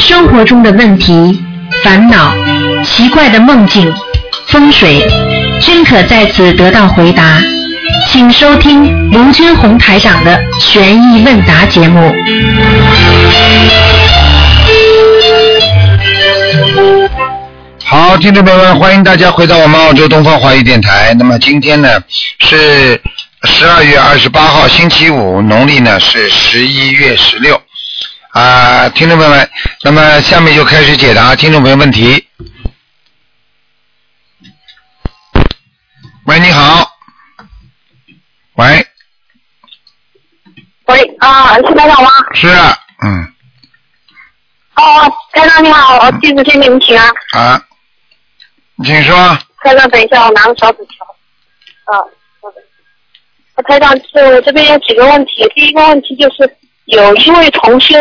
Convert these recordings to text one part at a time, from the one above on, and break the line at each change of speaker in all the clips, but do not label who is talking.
生活中的问题、烦恼、奇怪的梦境、风水，均可在此得到回答。请收听卢军红台长的《悬疑问答》节目。
好，听众朋友们，欢迎大家回到我们澳洲东方华语电台。那么今天呢是十二月二十八号，星期五，农历呢是十一月十六。啊，听众朋友们，那么下面就开始解答听众朋友问题。喂，你好。喂，
喂啊，是台长吗？
是，嗯，
哦，台长你好，我弟子先给您请安。
啊，请说。
台长，等一下，我拿个小纸条。啊，好的。啊台长，是我这边有几个问题。第一个问题就是，有一位同修，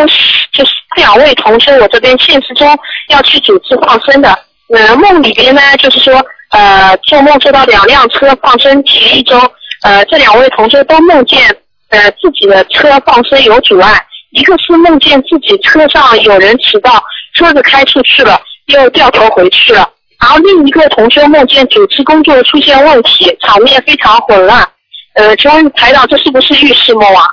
就是两位同修，我这边现实中要去组织放生的。呃，梦里边呢，就是说，呃，做梦做到两辆车放生前一周，呃，这两位同修都梦见，呃，自己的车放生有阻碍，一个是梦见自己车上有人迟到，车子开出去了，又掉头回去了。然后另一个同修梦见组织工作出现问题，场面非常混乱。呃，请问台长，这是不是预示梦啊？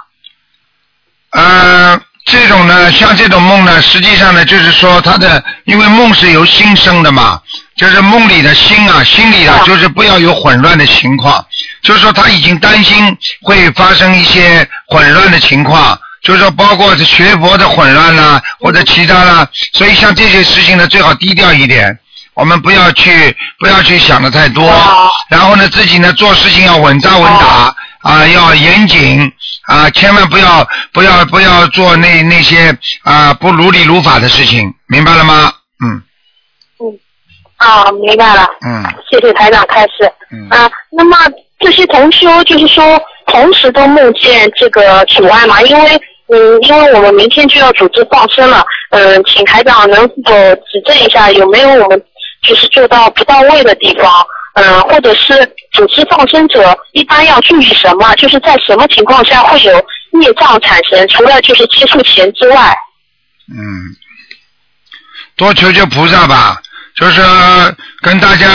呃，这种呢，像这种梦呢，实际上呢，就是说它的，因为梦是由心生的嘛，就是梦里的心啊，心里啊，
啊
就是不要有混乱的情况，就是说他已经担心会发生一些混乱的情况。就是说，包括学佛的混乱啦，或者其他啦，所以像这些事情呢，最好低调一点。我们不要去，不要去想的太多。
啊
然后呢，自己呢做事情要稳扎稳打啊，要严谨啊，千万不要不要不要做那那些啊不如理如法的事情，明白了吗？嗯
啊，明白了，
嗯
谢谢台长开始。
嗯，
啊，那么这些同修就是说，同时都梦见这个阻碍嘛，因为嗯，因为我们明天就要组织放生了，嗯，请台长能否指正一下有没有我们就是做到不到位的地方？嗯，或者是组织放生者一般要注意什么？就是在什么情况下会有孽障产生？除了就是接触前之外，
嗯，多求求菩萨吧，就是跟大家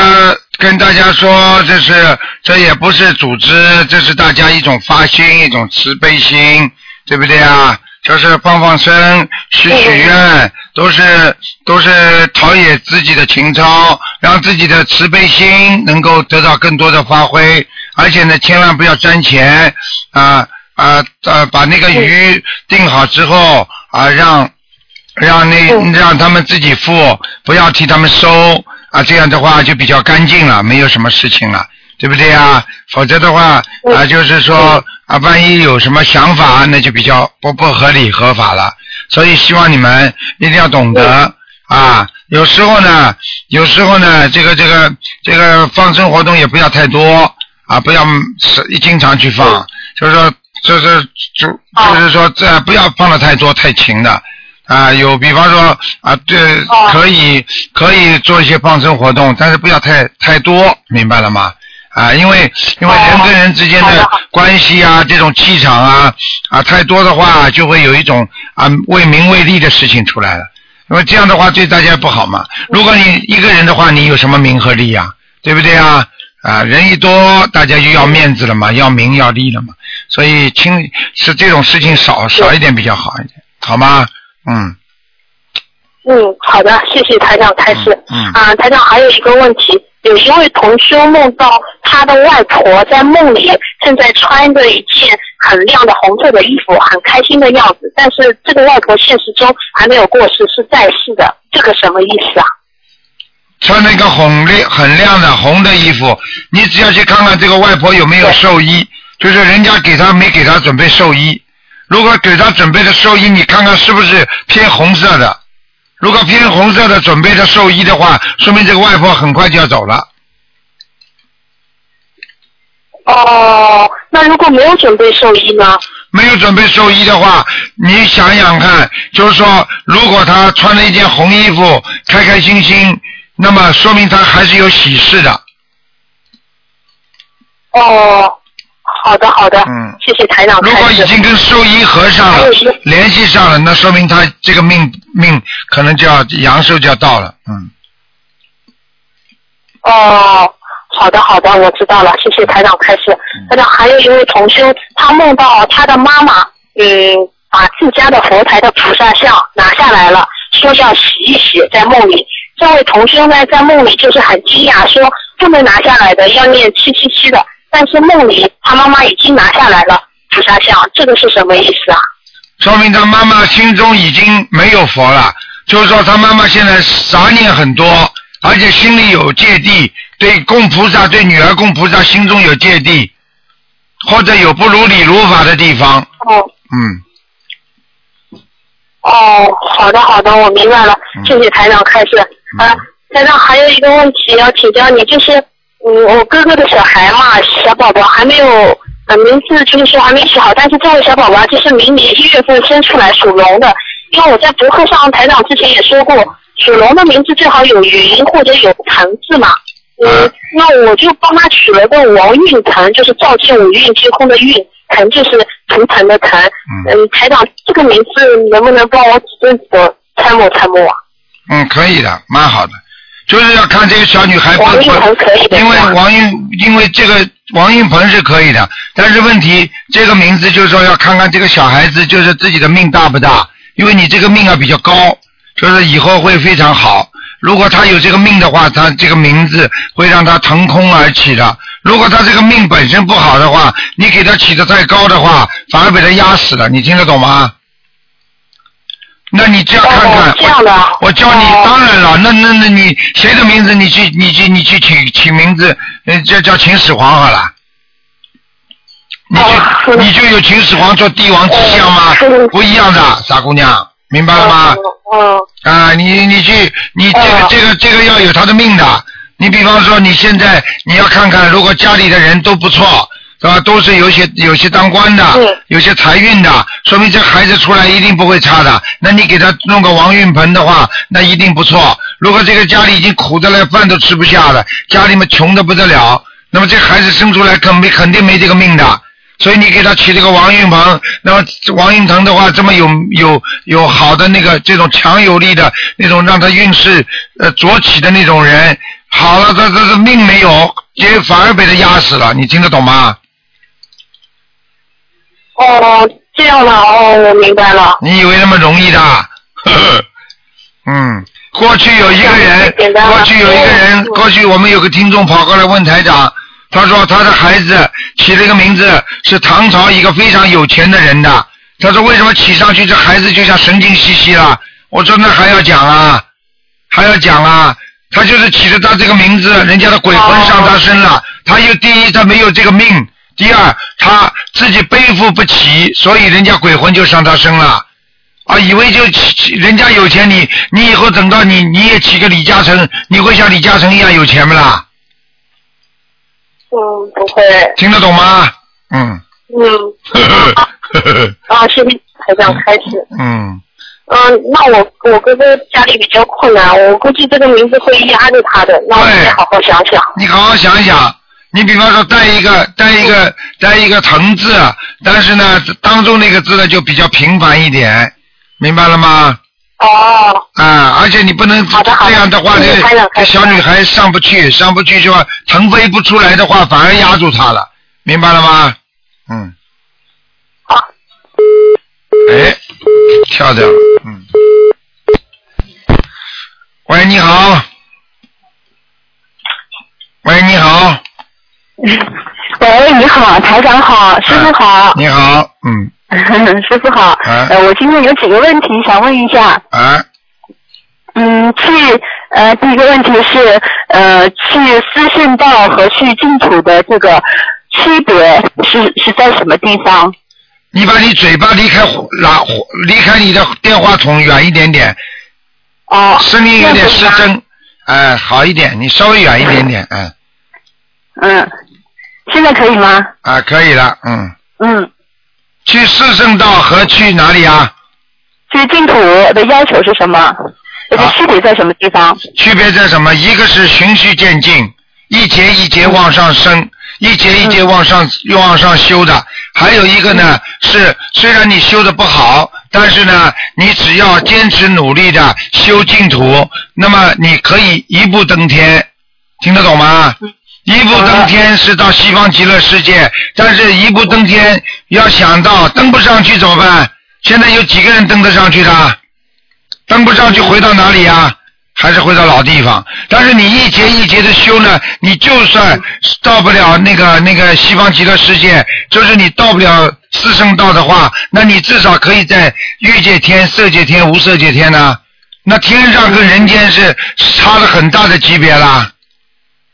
跟大家说，这是这也不是组织，这是大家一种发心，一种慈悲心，对不对啊？就是放放生、许许愿，都是都是陶冶自己的情操，让自己的慈悲心能够得到更多的发挥。而且呢，千万不要沾钱啊啊啊！把那个鱼定好之后啊，让让那
嗯
让他们自己付，不要替他们收啊，这样的话就比较干净了，没有什么事情了，对不对啊？否则的话啊，
嗯
就是说啊，万一有什么想法，那就比较不不合理合法了。所以希望你们一定要懂得啊，有时候呢，有时候呢，这个这个这个放生活动也不要太多啊，不要是经常去放，就是说就是就
哦
就是说这不要放的太多太勤的。啊，有比方说啊，对，
哦
可以可以做一些放生活动，但是不要太太多，明白了吗？啊，因为因为人跟人之间
哦好的
的
好的
关系啊，这种气场啊啊太多的话，就会有一种啊为名为利的事情出来了。那么这样的话对大家不好嘛。如果你一个人的话，你有什么名和利呀、对不对啊？啊，人一多，大家就要面子了嘛，要名要利了嘛。所以轻是这种事情少少一点比较好一点，好吗？嗯
嗯，好的，谢谢台长开始。
嗯嗯
啊，台长还有一个问题，有一位同修梦到他的外婆在梦里正在穿着一件很亮的红色的衣服，很开心的样子，但是这个外婆现实中还没有过世，是在世的，这个什么意思啊？
穿那个红亮很亮的红的衣服，你只要去看看这个外婆有没有寿衣，就是人家给她没给她准备寿衣。如果给她准备的寿衣，你看看是不是偏红色的？如果偏红色的准备的寿衣的话，说明这个外婆很快就要走了。
哦，那如果没有准备寿衣呢？
没有准备寿衣的话，你想想看，就是说，如果她穿了一件红衣服，开开心心，那么说明她还是有喜事的。
哦，好的好的，
嗯
谢谢台长开
如
始。
果已经跟兽医和尚
还
了
有一个
联系上了，那说明他这个命命可能就要阳寿就要到了，嗯。
哦，好的好的，我知道了，谢谢台长开始。台长还有一位同修，他梦到他的妈妈，嗯，把自家的佛台的菩萨像拿下来了，说要洗一洗，在梦里。这位同修呢，在梦里就是很惊讶，说不能拿下来的，要念七七七的。但是梦里他妈妈已经拿下来了菩萨像，这个是什么意思啊？
说明他妈妈心中已经没有佛了，就是说他妈妈现在杂念很多，而且心里有芥蒂，对供菩萨、对女儿供菩萨心中有芥蒂，或者有不如理如法的地方，
哦，
嗯，
哦，好的好的，我明白了，
嗯
谢谢台长开示。啊，台长还有一个问题要请教你，就是嗯，我哥哥的小孩嘛，小宝宝还没有呃名字，就是说还没起好，但是这位小宝宝就是明年一月份生出来属龙的，因为我在博客上台长之前也说过，属龙的名字最好有云或者有腾字嘛。嗯
嗯，
那我就帮他取了个王运腾，就是照进五蕴皆空的运，腾就是图腾的腾。嗯，
嗯
台长，这个名字能不能帮我指正指正参谋参谋啊？
嗯，可以的，蛮好的，就是要看这个小女孩不
王运腾可以的，
因为
是吧
王运，因为这个王运鹏是可以的，但是问题这个名字就是说要看看这个小孩子就是自己的命大不大，因为你这个命啊比较高，就是以后会非常好。如果他有这个命的话，他这个名字会让他腾空而起的。如果他这个命本身不好的话，你给他起的太高的话，反而被他压死了。你听得懂吗？那你这样看看，
哦，这样的啊，
我教你，
哦
当然了，那那那你谁的名字你去你去你去起起名字，呃，叫叫秦始皇好了。你就
哦
你就有秦始皇做帝王之相吗
哦？
不一样的，傻姑娘，明白了吗？
嗯，嗯
啊，你你去你这个
哦
这个这个要有他的命的。你比方说你现在你要看看，如果家里的人都不错，是吧？都是有些有些当官的
嗯，
有些财运的，说明这孩子出来一定不会差的。那你给他弄个王运鹏的话，那一定不错。如果这个家里已经苦的连饭都吃不下了，家里面穷的不得了，那么这孩子生出来肯没肯定没这个命的。所以你给他起了个王运鹏，那么王运腾的话，这么有有有好的那个这种强有力的那种让他运势呃左起的那种人，好了，他他他命没有，也反而被他压死了，你听得懂吗？
哦，这样的，哦，我明白了，
你以为那么容易的？呵呵嗯，过去有一个人，
简单了
过去有一个人，
嗯
过去我们有个听众跑过来问台长，他说他的孩子起了一个名字是唐朝一个非常有钱的人的，他说为什么起上去这孩子就像神经兮兮了？我说那还要讲啊，还要讲啊，他就是起了他这个名字，人家的鬼魂上他身了，他又第一他没有这个命，第二他自己背负不起，所以人家鬼魂就上他身了。啊，以为就起起人家有钱你，你以后等到你你也起个李嘉诚，你会像李嘉诚一样有钱不啦？
嗯，不会，
听得懂吗？嗯，
嗯，
呵呵呵呵，
啊，谢谢台长开始。
嗯，
嗯，那我我哥哥家里比较困难，我估计这个名字会压着他的，那我
对
得好好想想。
你好好想一想，你比方说带一个带一个带一个藤字，但是呢，当中那个字呢就比较平凡一点，明白了吗？
哦，
啊，而且你不能
好的好的
这样的话，
嗯
这
开了
这
开了
小女孩上不去，上不去就要腾飞不出来的话，反而压住她了，明白了吗？嗯。
好、
哎，跳掉了，嗯。喂，你好。喂，你好。
喂，你好，台长好，师傅好，
你好，啊嗯，
师傅好。
哎
呃，我今天有几个问题想问一下。
啊，
嗯，去呃，第一个问题是呃，去四圣道和去净土的这个区别是是在什么地方？
你把你嘴巴离开火拉火离开你的电话筒远一点点，
哦，
声音有点
这
失
样可以吗。
真，哎，好一点，你稍微远一点点，嗯，
嗯，现在可以吗？
啊，可以了，嗯，
嗯，
去四圣道和去哪里啊？
去净土的要求是什么？这个
啊
区别在什么地方？
区别在什么？一个是循序渐进，一节一节往上升，一节一节往上、往上修的。还有一个呢是，虽然你修的不好，但是呢，你只要坚持努力的修净土，那么你可以一步登天，听得懂吗？一步登天是到西方极乐世界，但是一步登天要想到登不上去怎么办？现在有几个人登得上去的？登不上去回到哪里啊呀、还是回到老地方。但是你一节一节的修呢，你就算到不了那个那个西方极乐世界，就是你到不了四圣道的话，那你至少可以在欲界天、色界天、无色界天呢、那天上跟人间是差了很大的级别啦。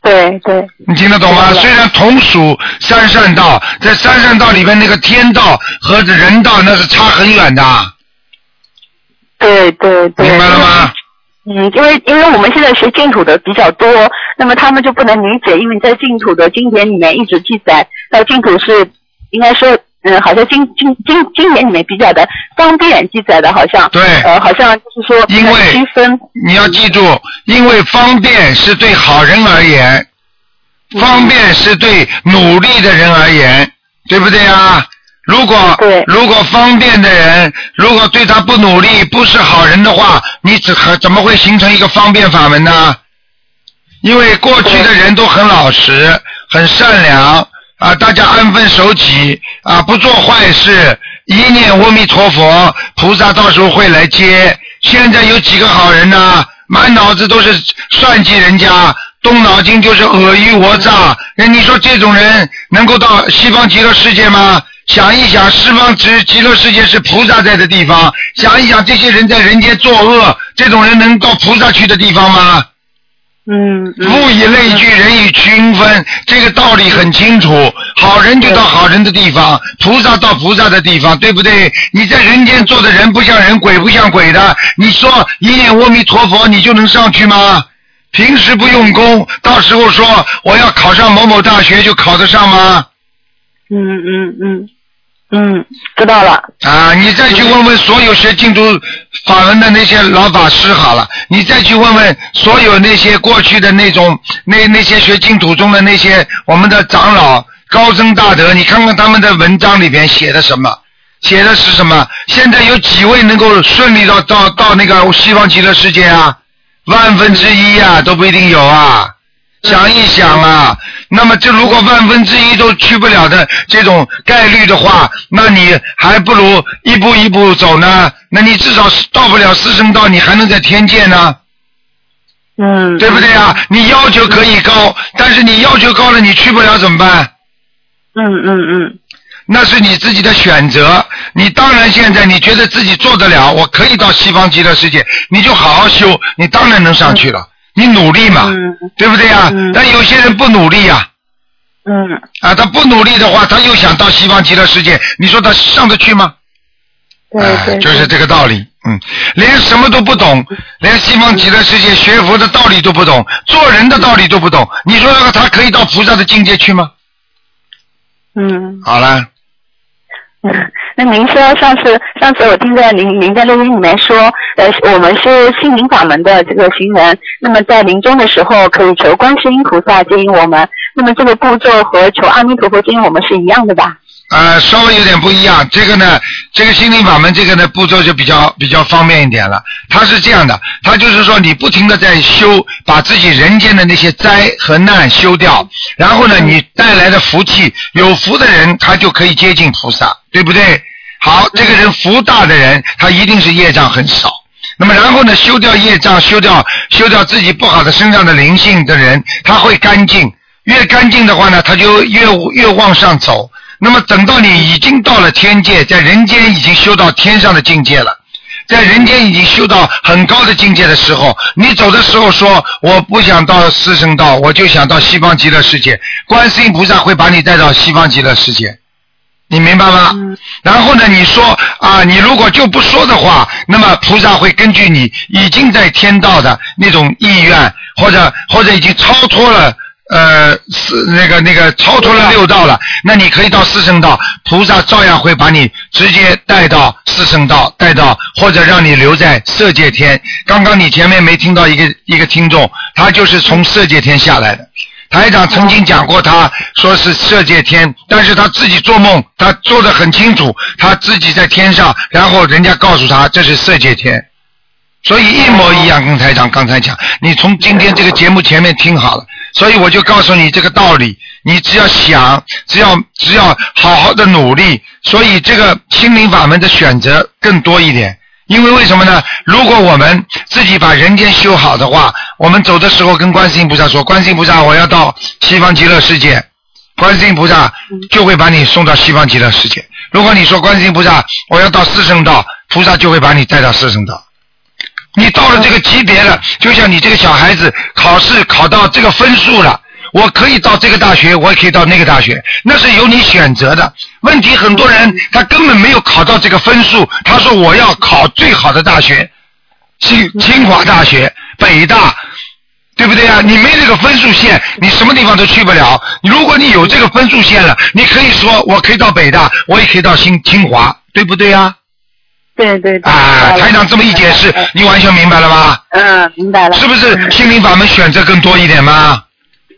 对对，
你听得懂吗？
明白
虽然同属三善道，在三善道里面那个天道和人道那是差很远的，
对对对，
明白了吗？
嗯，因为因为我们现在学净土的比较多，那么他们就不能理解，因为在净土的经典里面一直记载，到净土是应该说，嗯，好像经经经经典里面比较的方便记载的，好像
对
呃，好像就是说
因为
区分，
你要记住，因为方便是对好人而言，方便是对努力的人而言，对不对啊？如果
对
如果方便的人，如果对他不努力，不是好人的话，你怎么怎么会形成一个方便法门呢？因为过去的人都很老实、很善良啊，大家安分守己啊，不做坏事，一念阿弥陀佛，菩萨到时候会来接。现在有几个好人呢、满脑子都是算计人家，动脑筋就是尔虞我诈。那你说这种人能够到西方极乐世界吗？想一想，西方极极乐世界是菩萨在的地方，想一想这些人在人间作恶，这种人能到菩萨去的地方吗？
嗯嗯，
物以类聚，人以群分，这个道理很清楚。好人就到好人的地方，菩萨到菩萨的地方，对不对？你在人间做的人不像人，鬼不像鬼的，你说一念阿弥陀佛，你就能上去吗？平时不用功，到时候说我要考上某某大学，就考得上吗？
嗯嗯嗯嗯，知道了，
啊，你再去问问所有学净土法门的那些老法师好了，你再去问问所有那些过去的那种那那些学净土宗的那些我们的长老高僧大德，你看看他们的文章里边写的什么，写的是什么？现在有几位能够顺利到到到那个西方极乐世界啊？万分之一啊，都不一定有啊。
嗯
想一想啊，那么这如果万分之一都去不了的这种概率的话，那你还不如一步一步走呢。那你至少是到不了四圣道，你还能在天界呢，
嗯，
对不对啊？你要求可以高，但是你要求高了，你去不了怎么办？
嗯嗯嗯，
那是你自己的选择。你当然现在你觉得自己做得了，我可以到西方极乐世界，你就好好修，你当然能上去了。你努力嘛，
嗯
对不对呀、
嗯
但有些人不努力呀、
嗯，
啊，他不努力的话，他又想到西方极乐世界，你说他上得去吗？
对
哎
对，
就是
对
这个道理。嗯，连什么都不懂，连西方极乐世界学佛的道理都不懂，做人的道理都不懂，你说那个他可以到菩萨的境界去吗？
嗯。
好了，
嗯， 那您说上次上次我听在您您在录音里面说，呃，我们是心灵法门的这个行人，那么在临终的时候可以求观世音菩萨接引我们，那么这个步骤和求阿弥陀佛接引我们是一样的吧？
呃，稍微有点不一样。这个呢，这个心灵法门这个呢步骤就比较比较方便一点了。它是这样的，它就是说你不停的在修，把自己人间的那些灾和难修掉，然后呢，你带来的福气，有福的人他就可以接近菩萨，对不对？好，这个人福大的人，他一定是业障很少。那么然后呢，修掉业障，修掉修掉自己不好的身上的灵性的人，他会干净。越干净的话呢，他就越越往上走。那么等到你已经到了天界，在人间已经修到天上的境界了。在人间已经修到很高的境界的时候，你走的时候说我不想到四圣道，我就想到西方极乐世界，观世音菩萨会把你带到西方极乐世界，你明白吗？然后呢，你说啊，你如果就不说的话，那么菩萨会根据你已经在天道的那种意愿，或者或者已经超脱了。呃，四那个那个超脱了六道了，那你可以到四圣道，菩萨照样会把你直接带到四圣道，带到或者让你留在色界天。刚刚你前面没听到一个一个听众，他就是从色界天下来的，台长曾经讲过他，说是色界天，但是他自己做梦，他做的很清楚，他自己在天上，然后人家告诉他这是色界天，所以一模一样，跟台长刚才讲，你从今天这个节目前面听好了，所以我就告诉你这个道理，你只要想，只要只要好好的努力，所以这个心灵法门的选择更多一点。因为为什么呢？如果我们自己把人间修好的话，我们走的时候跟观世音菩萨说：“观世音菩萨，我要到西方极乐世界。”观世音菩萨就会把你送到西方极乐世界。如果你说观世音菩萨，我要到四圣道，菩萨就会把你带到四圣道。你到了这个级别了，就像你这个小孩子考试考到这个分数了，我可以到这个大学，我也可以到那个大学，那是由你选择的。问题很多人他根本没有考到这个分数，他说我要考最好的大学，清清华大学、北大，对不对啊？你没这个分数线，你什么地方都去不了。如果你有这个分数线了，你可以说我可以到北大，我也可以到新清华，对不对啊？
对对对。
啊，
明白了
台长这么一解释，你完全明白了吧？
嗯，明白了。
是不是
嗯
心灵法门选择更多一点吗？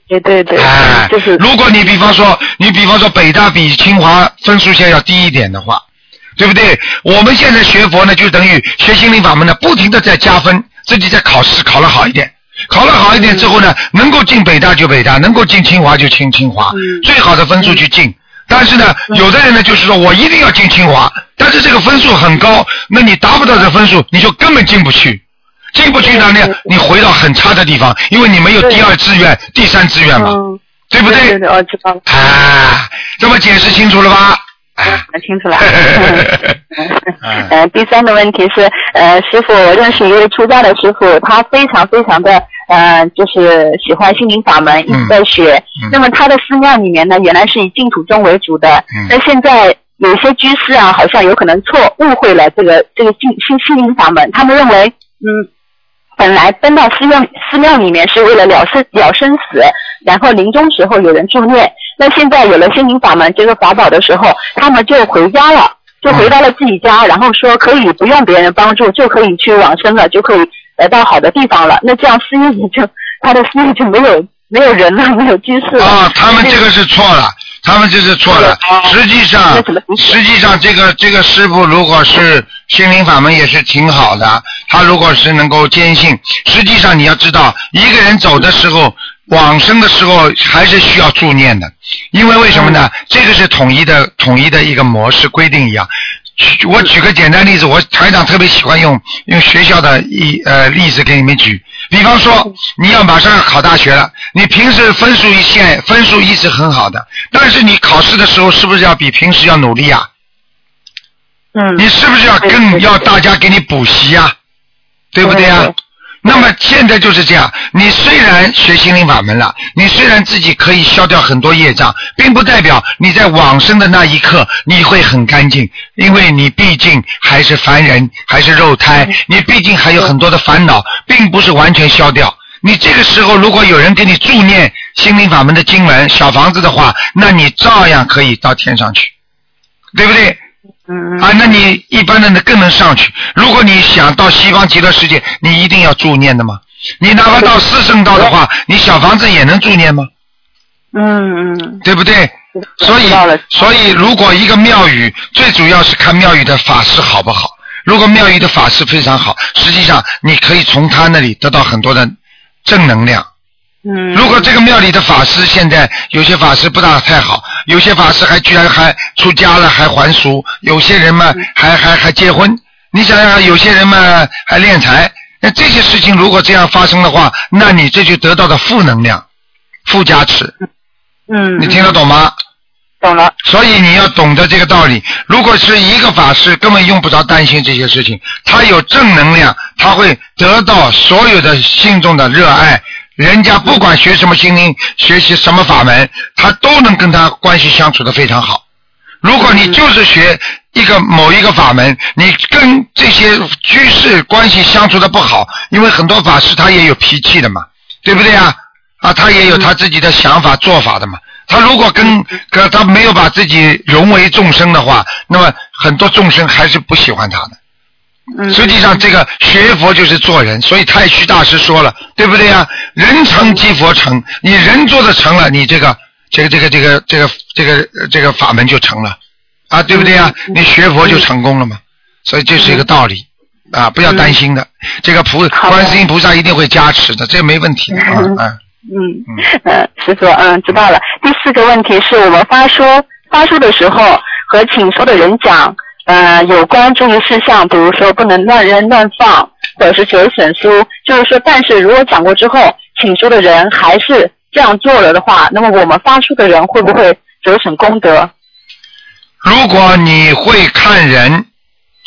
对对对，
哎，
就是
如果你比方说，你比方说北大比清华分数线要低一点的话，对不对？我们现在学佛呢，就等于学心灵法门呢，不停的在加分，自己在考试考了好一点。考了好一点之后呢，能够进北大就北大，能够进清华就进清华，
嗯
最好的分数去进。但是呢，有的人呢就是说我一定要进清华，但是这个分数很高，那你达不到这分数，你就根本进不去。进不去呢，
对
那
对
你回到很差的地方，因为你没有第二志愿、第三志愿嘛，
嗯，
对不
对对对，我知道了，
啊，这么解释清楚了吧？ 啊
很清楚了。
嗯
呃，第三个问题是，呃，师傅，我认识一位出家的师傅，他非常非常的，呃，就是喜欢心灵法门，一直在学。
嗯
那么他的寺庙里面呢，原来是以净土宗为主的
嗯，
那、现在有些居士啊，好像有可能错误会了这个这个净心心灵法门，他们认为，嗯，本来登到寺院寺庙里面是为了了生了生死，然后临终时候有人助念。那现在有了心灵法门这个法宝的时候，他们就回家了，就回到了自己
嗯
家，然后说可以不用别人帮助，就可以去往生了，就可以来到好的地方了。那这样寺院也就他的寺院就没有没有人了，没有居士了。
啊，他们这个是错了，他们这是错了。实际上
哦那怎么理，解
实际上这个这个师傅如果是心灵法门也是挺好的，他如果是能够坚信，实际上你要知道，一个人走的时候。往生的时候还是需要助念的，因为为什么呢？这个是统一的、统一的一个模式规定一样。举我举个简单例子，我台长特别喜欢用用学校的一呃例子给你们举，比方说你要马上要考大学了，你平时分数一线分数一直很好的，但是你考试的时候是不是要比平时要努力啊呀、
嗯，
你是不是要
对
更
对
要大家给你补习呀、对不对呀、
对
那么现在就是这样，你虽然学心灵法门了，你虽然自己可以消掉很多业障，并不代表你在往生的那一刻你会很干净，因为你毕竟还是凡人，还是肉胎，
嗯
你毕竟还有很多的烦恼，并不是完全消掉。你这个时候如果有人给你助念心灵法门的经文、小房子的话，那你照样可以到天上去，对不对？
嗯嗯
啊，那你一般的呢更能上去。如果你想到西方极乐世界，你一定要助念的嘛。你哪怕到四圣道的话，你小房子也能助念吗？
嗯嗯，
对不对？所以
知道了，
所以如果一个庙宇，最主要是看庙宇的法师好不好。如果庙宇的法师非常好，实际上你可以从他那里得到很多的正能量。
嗯，
如果这个庙里的法师现在有些法师不大太好，有些法师还居然还出家了还还俗，有些人
嗯
嘛还还还结婚，你想想有些人嘛还敛财，那这些事情如果这样发生的话，那你这就得到的负能量、负加持，
嗯，
你听得
懂
懂吗？
懂了，
所以你要懂得这个道理。如果是一个法师，根本用不着担心这些事情。他有正能量，他会得到所有的信众的热爱。人家不管学什么心灵，学习什么法门，他都能跟他关系相处的非常好。如果你就是学一个某一个法门，你跟这些居士关系相处的不好，因为很多法师他也有脾气的嘛，对不对啊？啊，他也有
嗯
他自己的想法做法的嘛。他如果跟跟他没有把自己融为众生的话，那么很多众生还是不喜欢他的。
嗯
实际上，这个学佛就是做人，所以太虚大师说了，对不对呀？人成即佛成，你人做的成了，你这个这个这个这个这个这个呃这个法门就成了啊，对不对呀？
嗯
你学佛就成功了嘛，所以这是一个道理啊，不要担心的。这个菩
嗯好的
观世音菩萨一定会加持的，这没问 题的啊
嗯
啊。
嗯
嗯，
呃，师傅，嗯，知道了。第四个问题是我们发说发说的时候和请说的人讲，呃，有关注意事项，比如说不能乱扔乱放，或者是折损书，就是说，但是如果讲过之后，请说的人还是这样做了的话，那么我们发出的人会不会折损功德？
如果你会看人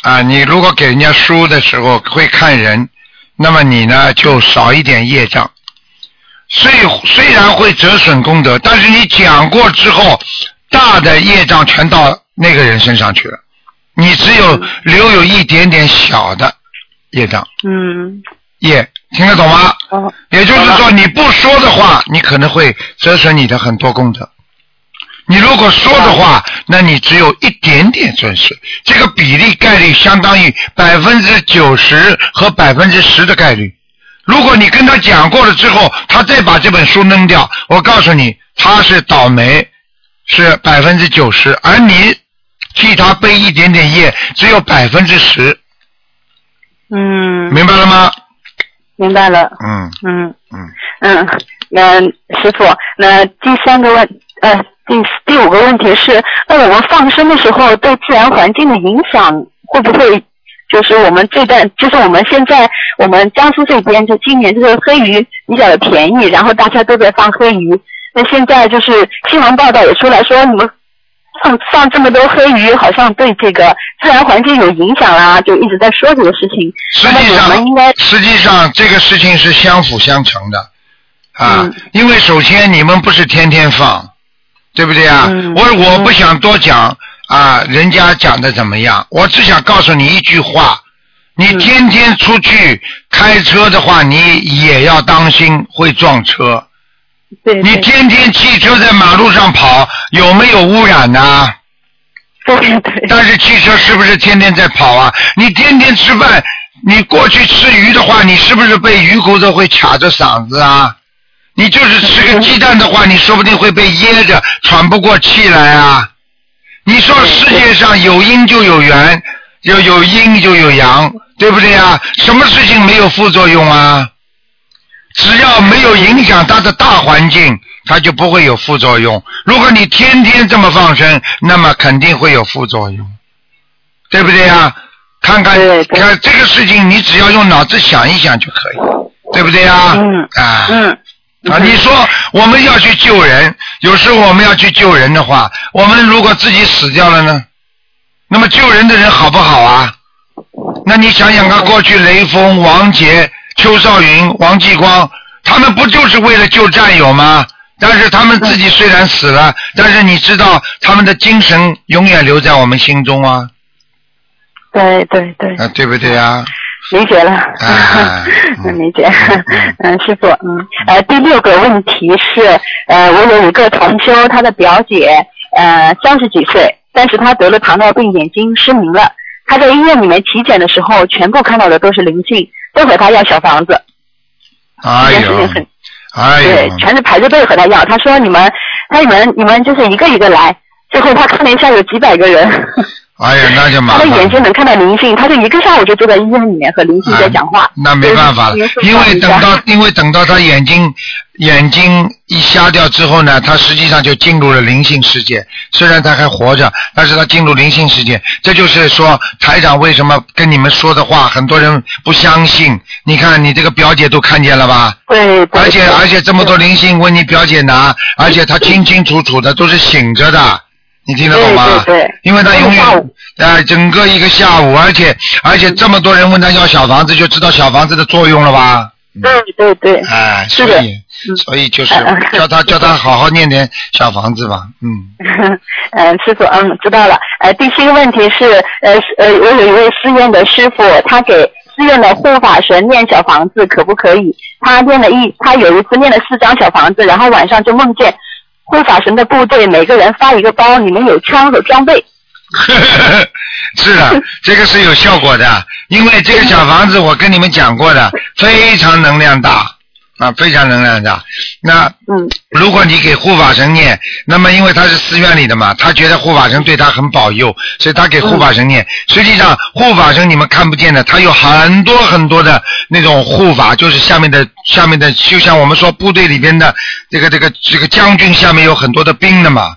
啊，你如果给人家书的时候会看人，那么你呢就少一点业障。虽虽然会折损功德，但是你讲过之后，大的业障全到那个人身上去了，你只有留有一点点小的业障
嗯，
业，听得懂吗？
哦，
也就是说，你不说的话，你可能会折损你的很多功德。你如果说的话，那你只有一点点损失，这个比例概率相当于百分之九十和百分之十的概率。如果你跟他讲过了之后，他再把这本书扔掉，我告诉你，他是倒霉，是百分之九十，而你替他背一点点业，只有百分之十，
嗯，
明白了吗？
明白了。
嗯
嗯
嗯。
嗯，那师傅，那第三个问，呃，第第五个问题是，那我们放生的时候对自然环境的影响会不会，就是我们这段，就是我们现在我们江苏这边就今年这个黑鱼比较的便宜，然后大家都在放黑鱼，那现在就是新闻报道也出来说你们。放放这么多黑鱼，好像对这个自然环境有影响啦，就一直在说这个事情。
实
那么
际
我们
上
应该，
实际上这个事情是相辅相成的啊，
嗯
因为首先你们不是天天放，对不对啊？
嗯
我我不想多讲啊，人家讲的怎么样，我只想告诉你一句话：你
嗯
天天出去开车的话，你也要当心会撞车。
对
你
对
天天汽车在马路上跑，有没有污染呢、
对对，
但是汽车是不是天天在跑啊？你天天吃饭，你过去吃鱼的话，你是不是被鱼骨头会卡着嗓子啊？你就是吃个鸡蛋的话，你说不定会被噎着，喘不过气来啊！你说世界上有阴就有缘，有有阴就有阳，对不对啊？什么事情没有副作用啊？只要没有影响它的大环境，它就不会有副作用。如果你天天这么放生，那么肯定会有副作用，对不对啊？看看
对对
看这个事情，你只要用脑子想一想就可以，对不对啊？
嗯
啊。
嗯。
啊，你说我们要去救人，有时候我们要去救人的话，我们如果自己死掉了呢，那么救人的人好不好啊？那你想想看，过去雷锋、王杰、邱少云、王继光，他们不就是为了救战友吗？但是他们自己虽然死了，但是你知道他们的精神永远留在我们心中啊，
对对对，
啊，对不对啊？
理解了，
哎嗯
嗯， 理解，嗯，师傅，嗯，呃，第六个问题是，呃，我有一个同修，她的表姐，呃，三十几岁，但是她得了糖尿病，眼睛失明了。她在医院里面体检的时候，全部看到的都是灵性，都和她要小房子，这
哎
件事情
呦，
很
哎
对
呦，，
全是排着队和他要。她说你们，她你们你们就是一个一个来。最后她看了一下有几百个人，
哎呀，那就麻
她的
烦了。
眼睛能看到灵性，她就一个下午就坐在医院里面和灵性在讲话。
那没办法了
就是，
因为等
放
到
一下
因为等到他眼睛眼睛一瞎掉之后呢，他实际上就进入了灵性世界。虽然他还活着，但是他进入灵性世界，这就是说台长为什么跟你们说的话，很多人不相信。你看你这个表姐都看见了吧？
对，对
而且
对
而且这么多灵性问你表姐拿，而且她清清楚楚的都是醒着的，你听得懂吗？
对对对
因为她永
整个下
远
午
呃整个一个下午，而且而且这么多人问她要小房子，就知道小房子的作用了吧？
对对对，
哎，
是
所
的
以所以就是
嗯嗯
叫她叫她好好念点小房子吧，嗯。
嗯，师傅，嗯，知道了。呃，第七个问题是，呃呃，我有一位寺院的师傅，他给寺院的护法神念小房子，可不可以？他念了一，他有一次念了四张小房子，然后 晚上就梦见护法神的部队每个人发一个包，里面有枪和装备。
是的，这个是有效果的，因为这个小房子我跟你们讲过的，非常能量大啊，非常能量大。那
嗯
如果你给护法神念，那么因为他是寺院里的嘛，他觉得护法神对他很保佑，所以他给
嗯
护法神念。实际上，护法神你们看不见的，他有很多很多的那种护法，就是下面的下面的，就像我们说部队里边的这个这个这个将军下面有很多的兵的嘛。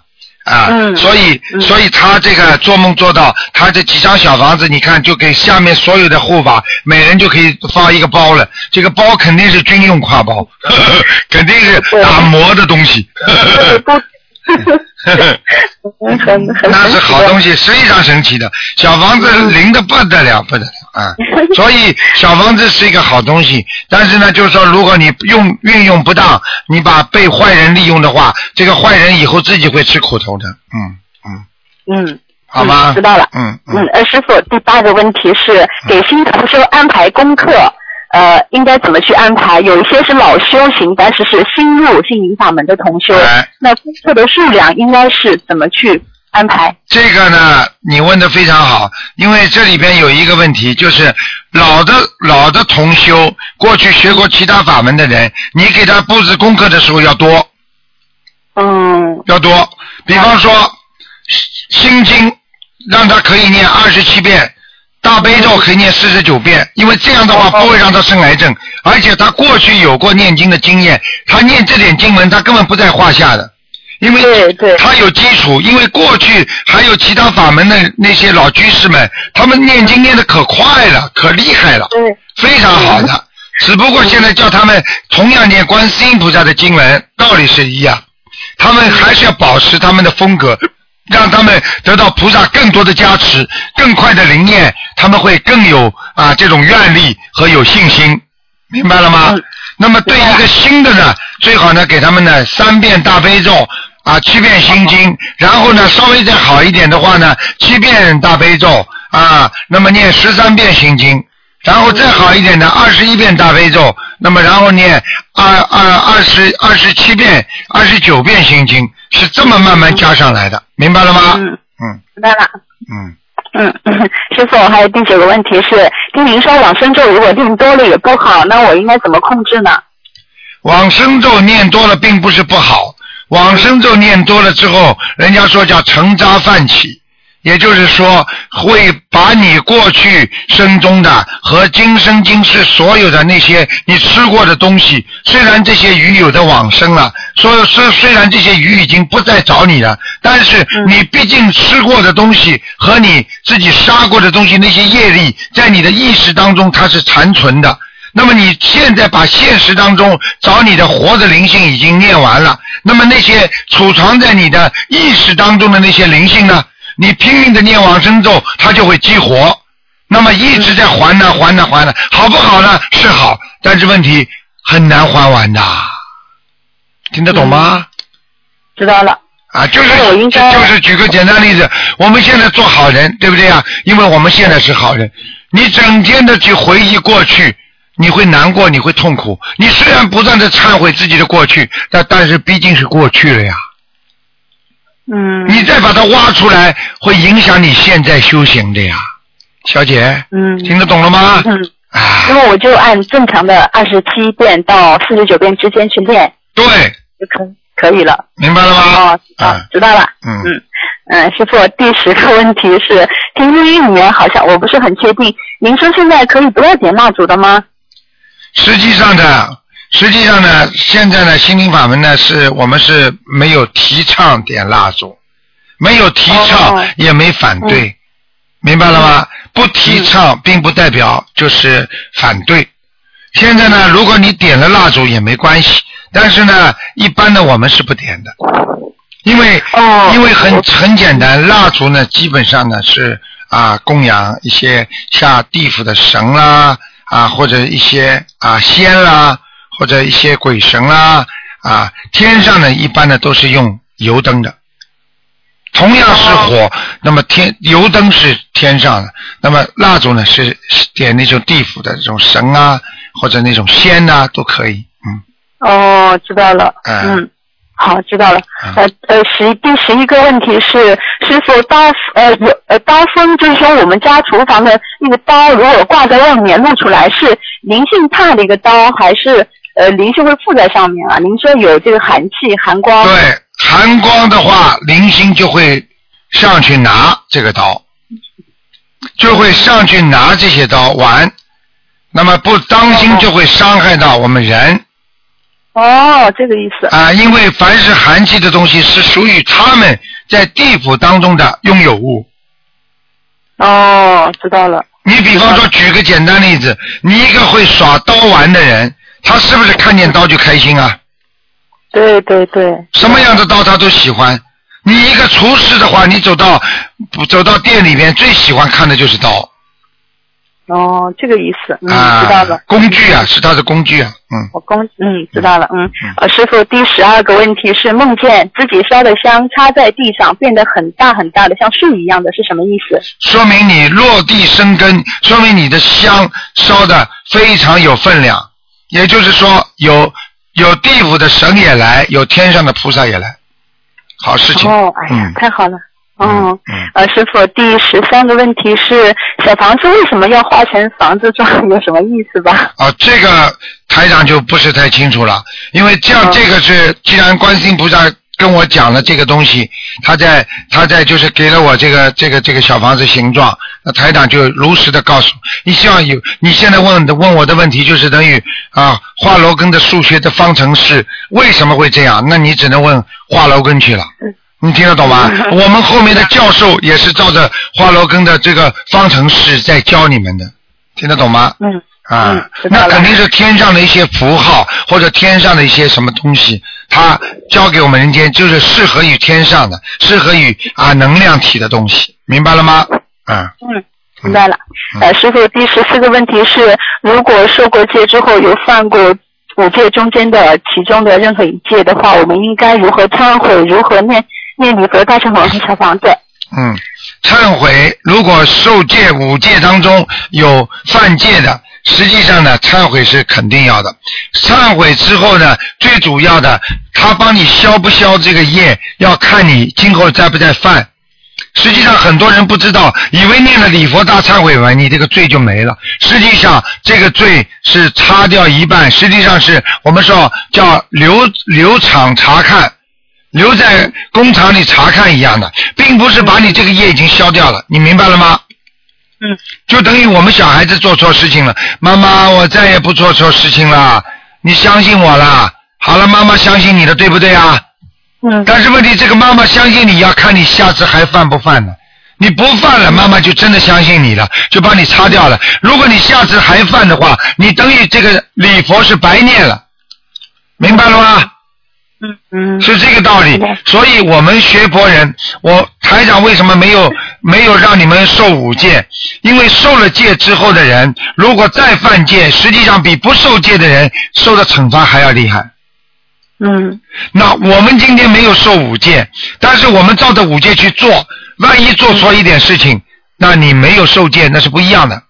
啊，
嗯
所以所以他这个做梦做到，他这几张小房子，你看就给下面所有的护法，每人就可以发一个包了。这个包肯定是军用挎包， 呵呵肯定是打磨的东西，呵呵
不，
呵呵
很很很
那是好
西。
东西，非常神奇的。小房子灵的不得了，不得了啊！所以小房子是一个好东西，但是呢，就是说，如果你用运用不当，你把被坏人利用的话，这个坏人以后自己会吃苦头的。嗯嗯，
嗯，
好吗？
嗯知道了
嗯
嗯
嗯，，
呃，师傅，第八个问题是给新同修安排功课，呃，应该怎么去安排？有一些是老修行，但是是新入心灵法门的同修，
哎
那功课的数量应该是怎么去安排？
这个呢，你问的非常好，因为这里边有一个问题，就是老的老的同修，过去学过其他法门的人，你给他布置功课的时候要多。
嗯
要多。比方说，心心经让他可以念二十七遍，大悲
嗯
咒可以念四十九遍，因为这样的话不会让他生癌症，而且他过去有过念经的经验，他念这点经文他根本不在话下的。因为
对对
他有基础，因为过去还有其他法门的那些老居士们，他们念经念的可快了，可厉害了。
对，
非常好的，只不过现在叫他们同样念观世音菩萨的经文，道理是一样，他们还是要保持他们的风格，让他们得到菩萨更多的加持，更快的灵验，他们会更有啊这种愿力和有信心，明白了吗？
嗯啊
那么对一个新的呢，最好呢给他们呢三遍大悲咒。啊，七遍心经，然后呢，稍微再好一点的话呢，七遍大悲咒啊，那么念十三遍心经，然后再好一点的二十一遍大悲咒，那么然后念二二二十二十七遍、二十九遍心经，是这么慢慢加上来的，明白了吗？
嗯，
嗯
明白了。
嗯，
嗯， 师傅，还有第九个问题是，听您说往生咒如果念多了也不好，那我应该怎么控制呢？
往生咒念多了并不是不好，往生咒念多了之后，人家说叫成渣泛起，也就是说会把你过去生中的和今生今世所有的那些你吃过的东西，虽然这些鱼有的往生了，说虽虽然这些鱼已经不再找你了，但是你毕竟吃过的东西和你自己杀过的东西那些业力，在你的意识当中它是残存的。那么你现在把现实当中找你的活的灵性已经念完了，那么那些储藏在你的意识当中的那些灵性呢，你拼命的念往生咒，它就会激活。那么一直在还呢，还呢，还呢，好不好呢？是好，但是问题很难还完的，听得懂吗？
知道了。
啊，就是
那我应该
就是举个简单例子，我们现在做好人，对不对啊？因为我们现在是好人，你整天的去回忆过去，你会难过，你会痛苦。你虽然不断的忏悔自己的过去，但但是毕竟是过去了呀。
嗯
你再把它挖出来，会影响你现在修行的呀，小姐，
嗯
听得懂了吗？
嗯，
啊
那，么我就按正常的二十七遍到四十九遍之间去练
对，
就可可以了。
明白了吗？
哦，啊
啊，
知道了。
嗯
嗯嗯，师傅，第十个问题是，听录音里面好像我不是很确定，您说现在可以不要点蜡烛的吗？
实际上呢，实际上呢，现在呢，心灵法门呢，是我们是没有提倡点蜡烛，没有提倡，
哦
也没反对，明白了吗？不提倡并不代表就是反对。现在呢，如果你点了蜡烛也没关系，但是呢，一般的我们是不点的，因为、
哦
因为很很简单，蜡烛呢，基本上呢是啊供养一些下地府的神啦，啊或者一些啊仙啦，或者一些鬼神啦，啊天上呢一般呢都是用油灯的，同样是火，那么天油灯是天上的，那么蜡烛呢是是点那种地府的这种神啊啊，或者那种仙呐、都可以，嗯，
哦，知道了。
嗯
嗯，好，知道了。
嗯
呃呃，十第十一个问题是，师傅刀呃有呃刀锋，就是说我们家厨房的那个刀，如果挂在外面露出来，是灵性怕的一个刀，还是呃灵性会附在上面啊？您说有这个寒气寒光，
对，寒光的话，灵性就会上去拿这个刀，就会上去拿这些刀玩，那么不当心就会伤害到我们人
哦，这个意思。
啊、因为凡是寒气的东西是属于他们在地府当中的拥有物。
哦，知道了。
你比方
啊
说，举个简单例子，你一个会耍刀玩的人，他是不是看见刀就开心啊？
对对对，
什么样的刀他都喜欢。你一个厨师的话，你走到走到店里面，最喜欢看的就是刀、
哦，这个意思，嗯，
啊，
知道了。
工具啊，是他的工具啊，嗯，
我公嗯知道了嗯呃师傅第十二个问题是梦见自己烧的香插在地上变得很大很大的像树一样的是什么意思？
说明你落地生根，说明你的香烧的非常有分量，也就是说有有地府的神也来，有天上的菩萨也来，好事情，
哦，哎呀
嗯，
太好了。
嗯
嗯，
嗯
呃，师傅，第十三个问题是小房子为什么要画成房子状，有什么意思吧？
啊，这个台长就不是太清楚了，因为这样
嗯
这个是，既然观世音菩萨跟我讲了这个东西，他在他在就是给了我这个这个这个小房子形状，那台长就如实的告诉你，希望有你现在问的问我的问题就是等于啊华罗庚的数学的方程式为什么会这样？那你只能问华罗庚去了。你听得懂吗？我们后面的教授也是照着华罗庚的这个方程式在教你们的，听得懂吗？
嗯，
啊
嗯，知道
那
了
肯定是天上的一些符号或者天上的一些什么东西，它交给我们人间就是适合于天上的，适合于啊能量体的东西，明白了吗？嗯，
明白了。呃，师傅，第十四个问题是，如果受过戒之后有犯过五戒中间的其中的任何一戒的话，我们应该如何忏悔，如何念念礼佛大乘佛小房子？
嗯，忏悔，如果受戒五戒当中有犯戒的，实际上呢，忏悔是肯定要的。忏悔之后呢，最主要的，他帮你消不消这个业，要看你今后再不再犯。实际上，很多人不知道，以为念了礼佛大忏悔文，你这个罪就没了。实际上，这个罪是擦掉一半，实际上是我们说叫留留场查看。留在工厂里查看一样的，并不是把你这个业已经消掉了，你明白了吗？
嗯，
就等于我们小孩子做错事情了，妈妈，我再也不做错事情了，你相信我啦。好了，妈妈相信你的，对不对啊？
嗯
但是问题，这个妈妈相信你要看你下次还犯不犯呢？你不犯了，妈妈就真的相信你了，就帮你擦掉了。如果你下次还犯的话，你等于这个礼佛是白念了，明白了吗？
嗯嗯，
是这个道理
明白。
所以我们学佛人，我台长为什么 没有没有让你们受五戒？因为受了戒之后的人，如果再犯戒，实际上比不受戒的人受的惩罚还要厉害。
嗯
那我们今天没有受五戒，但是我们照着五戒去做，万一做错一点事情，那你没有受戒，那是不一样的。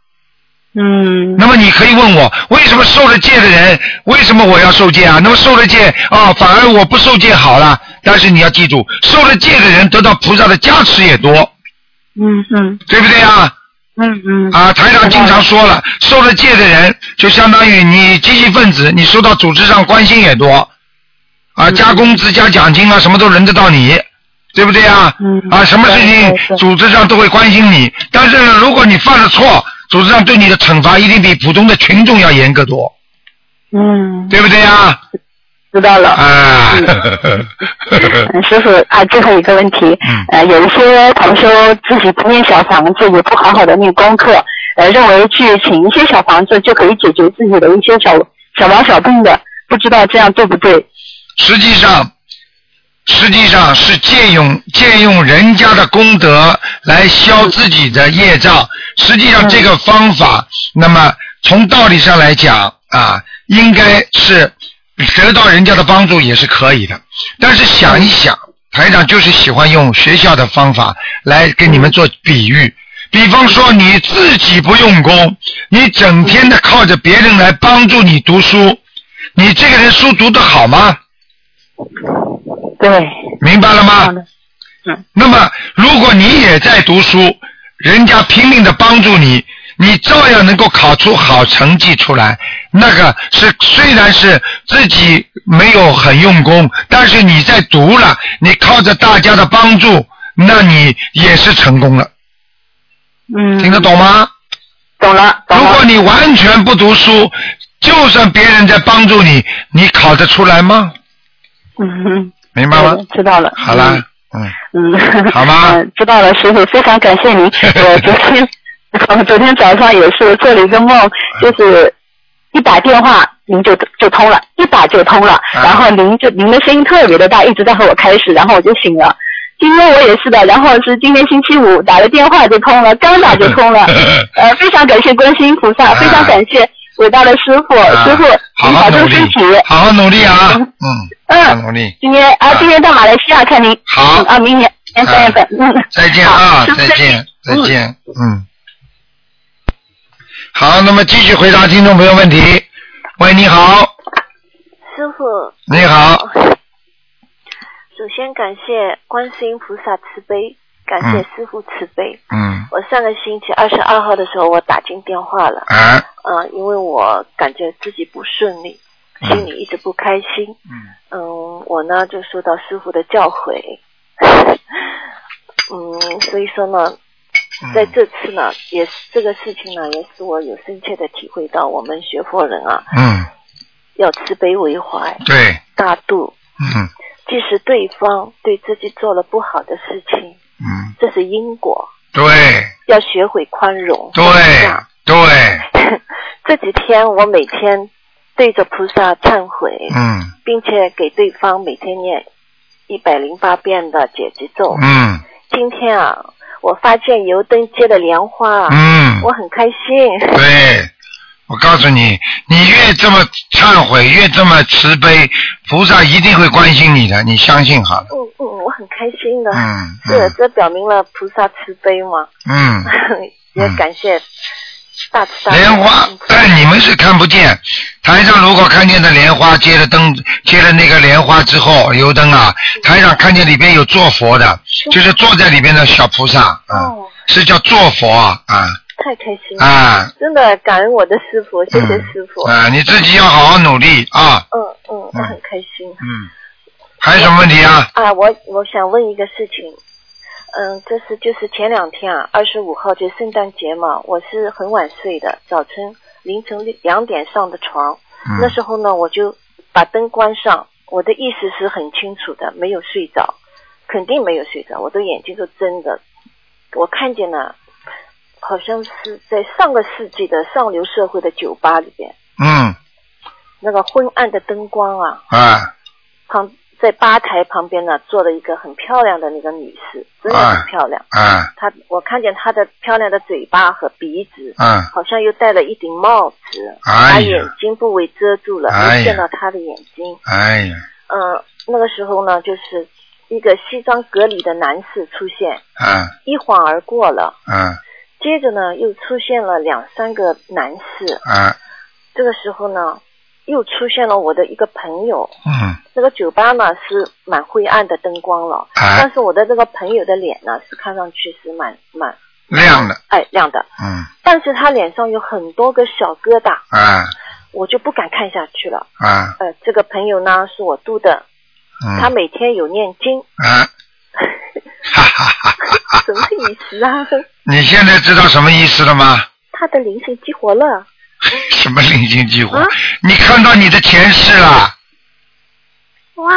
嗯
那么你可以问我，为什么受了戒的人，为什么我要受戒啊？那么受了戒啊、反而我不受戒好了。但是你要记住，受了戒的人得到菩萨的加持也多，
嗯嗯
对不对啊？
嗯嗯，
啊，台长经常说了，受了戒的人就相当于你积极分子，你受到组织上关心也多，
嗯
啊，加工资、加奖金啊，什么都轮得到你，对不对啊？
嗯
啊，什么事
对
情
对对
组织上都会关心你，但是呢，如果你犯了错，组织上对你的惩罚一定比普通的群众要严格多，
嗯，
对不对啊？
知道了。
啊，
嗯，师傅啊，最后一个问题，
嗯
呃，有一些同修自己不念小房子，也不好好的念功课，呃，认为去请一些小房子就可以解决自己的一些小小毛小病的，不知道这样对不对？
实际上，实际上是借用借用人家的功德来消自己的业障。实际上，这个方法，那么从道理上来讲啊，应该是得到人家的帮助也是可以的。但是想一想，台长就是喜欢用学校的方法来跟你们做比喻。比方说你自己不用功，你整天的靠着别人来帮助你读书，你这个人书读得好吗？
对，
明白了
好
吗？
的，嗯，
那么如果你也在读书，人家拼命的帮助你，你照样能够考出好成绩出来。那个是虽然是自己没有很用功，但是你在读了，你靠着大家的帮助，那你也是成功了。
嗯，
听得懂吗？
懂了，懂
如
了
果，你完全不读书，就算别人在帮助你，你考得出来吗？
嗯哼，
明白
好
吗
的？知道了，
好啦，嗯，
嗯，嗯，
好吗
嗯，知道了，师傅，非常感谢 您。我昨天， 我昨天早上也是做了一个
嗯
梦，就是一打电话您就就通了，一打就通了，
嗯。
然后您就您的声音特别的大，一直在和我开始，然后我就醒了。今天我也是的，然后是今天星期五打了电话就通了，刚打就通了 呃，非常感谢观世音菩萨，非常感谢伟大的师傅，
啊
师傅
好
您
好
保
努
重
力
身体。，
好好努力啊，嗯，好好
嗯，
努力，
今天啊，今天到马来西亚看您。
好
嗯
哎
啊，明年明年三月份。嗯。
再见啊，
好
再见，再
嗯
见，嗯。好，那么继续回答听众朋友问题。喂，你好，
师傅，
你好，
首先感谢观世音菩萨慈悲，感谢
嗯
师傅慈悲。
嗯，
我上个星期二十二号的时候，我打进电话了，
啊，
嗯、因为我感觉自己不顺利，心里一直不开心。
嗯
嗯，我呢就受到师傅的教诲， 嗯，所以说呢，
嗯
在这次呢，也是这个事情呢，也使我有深切的体会到，我们学佛人啊，
嗯，
要慈悲为怀，
对，
大度，
嗯
即使对方对自己做了不好的事情，
嗯，
这是因果，
对
要学会宽容。
对对，
这几天我每天对着菩萨忏悔，
嗯
并且给对方每天念一百零八遍的解结咒。
嗯
今天啊，我发现油灯结的莲花啊，
嗯
我，很开心。
对，我告诉你，你越这么忏悔，越这么慈悲，菩萨一定会关心你的，你相信好了。
嗯嗯，我很开心的。
嗯
这
嗯
这表明了菩萨慈悲嘛，
嗯，
也感谢大慈大悲
莲花哎
嗯，
你们是看不见。台上如果看见的莲花接了灯，接了那个莲花之后，油灯啊，台上看见里边有坐佛的，就是坐在里边的小菩萨啊，
哦，嗯
是叫坐佛啊啊
太开心了。
啊！
真的感恩我的师傅，谢谢
嗯
师傅。
啊，你自己要好好努力啊，
嗯嗯，我
嗯
很开心。
嗯，还有什么问题啊？
啊，我我想问一个事情，嗯，这是就是前两天啊，二十五号就圣诞节嘛，我是很晚睡的，早晨凌晨六两点上的床，
嗯
那时候呢我就把灯关上，我的意识是很清楚的，没有睡着，肯定没有睡着，我的眼睛都睁着，我看见了，好像是在上个世纪的上流社会的酒吧里边，
嗯
那个昏暗的灯光啊，
啊。
旁在吧台旁边呢，坐了一个很漂亮的那个女士，真的很漂亮。
啊
她我看见她的漂亮的嘴巴和鼻子，
啊
好像又戴了一顶帽子，把
哎
眼
呀，
睛部位遮住了，
哎呀
没见到她的眼睛。
哎呀，
嗯、那个时候呢，就是一个西装革履的男士出现，
啊
一晃而过了。
啊
接着呢，又出现了两三个男士。
啊，
这个时候呢，又出现了我的一个朋友，
嗯
那个酒吧呢是蛮灰暗的灯光了，
啊
但，是我的这个朋友的脸呢是看上去是蛮蛮
亮的，
哎亮的，
嗯
但是他脸上有很多个小疙瘩，
啊
我就不敢看下去了。
啊，
呃，这个朋友呢是我度的，
嗯
他每天有念经，
啊，哈哈哈哈！
什么意思啊？
你现在知道什么意思了吗？
他的灵性激活了，
什么灵性激活
啊？
你看到你的前世了？
哇，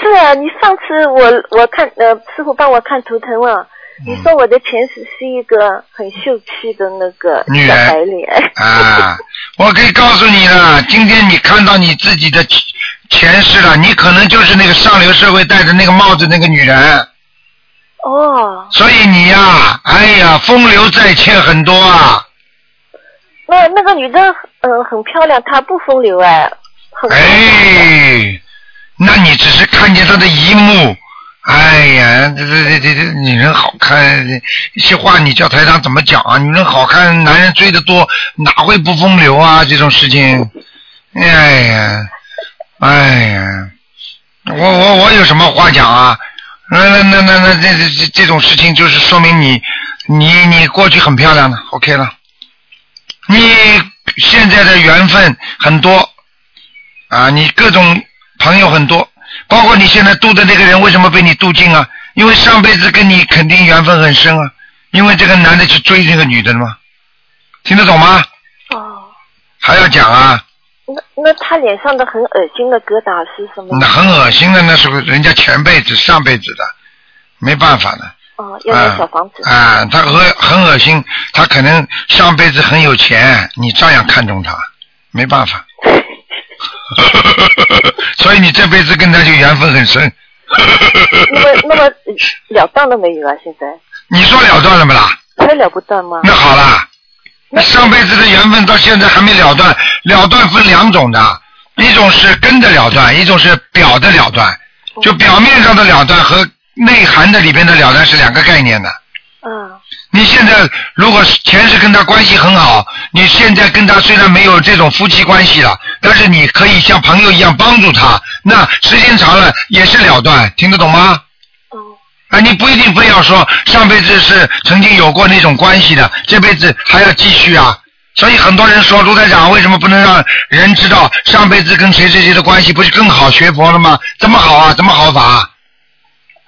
是啊，你上次我我看呃师傅帮我看图腾了。
嗯
你说我的前世是一个很秀气的那个
女人
小白脸，
啊，我可以告诉你了，今天你看到你自己的前前世了，你可能就是那个上流社会戴着那个帽子那个女人，
哦，
所以你呀、哎呀，风流债欠很多啊。
那那个女的，嗯、很漂亮，她不风流哎，很
哎，那你只是看见他的一幕。哎呀，这这这这这女人好看，这些话你叫台长怎么讲啊？女人好看，男人追得多，哪会不风流啊？这种事情，哎呀，哎呀，我我我有什么话讲啊？那那那那那这这这种事情就是说明你你你过去很漂亮的，OK 了。你现在的缘分很多啊，你各种朋友很多，包括你现在度的那个人为什么被你度尽啊？因为上辈子跟你肯定缘分很深啊，因为这个男的去追这个女的了嘛，听得懂吗？
哦，
还要讲啊？
那那他脸上的很恶心的疙瘩是
嗯
什么？
那很恶心的，那是人家前辈子、上辈子的，没办法的。
哦，要念小房子。
啊，他恶很恶心，他可能上辈子很有钱，你照样看中他，没办法。 所以你这辈子跟他就缘分很深。
那么那么了断了没有啊？现在
你说了断了不啦？
还了不断吗？
那好啦，那上辈子的缘分到现在还没了断，了断分两种的，一种是根的了断，一种是表的了断，就表面上的了断和内涵的里边的了断是两个概念的。
嗯
你现在如果前世跟他关系很好，你现在跟他虽然没有这种夫妻关系了，但是你可以像朋友一样帮助他，那时间长了也是了断，听得懂吗？
嗯
啊，你不一定非要说上辈子是曾经有过那种关系的，这辈子还要继续啊。所以很多人说卢台长为什么不能让人知道上辈子跟谁谁谁的关系，不是更好学佛了吗？怎么好啊？怎么好法啊？
嗯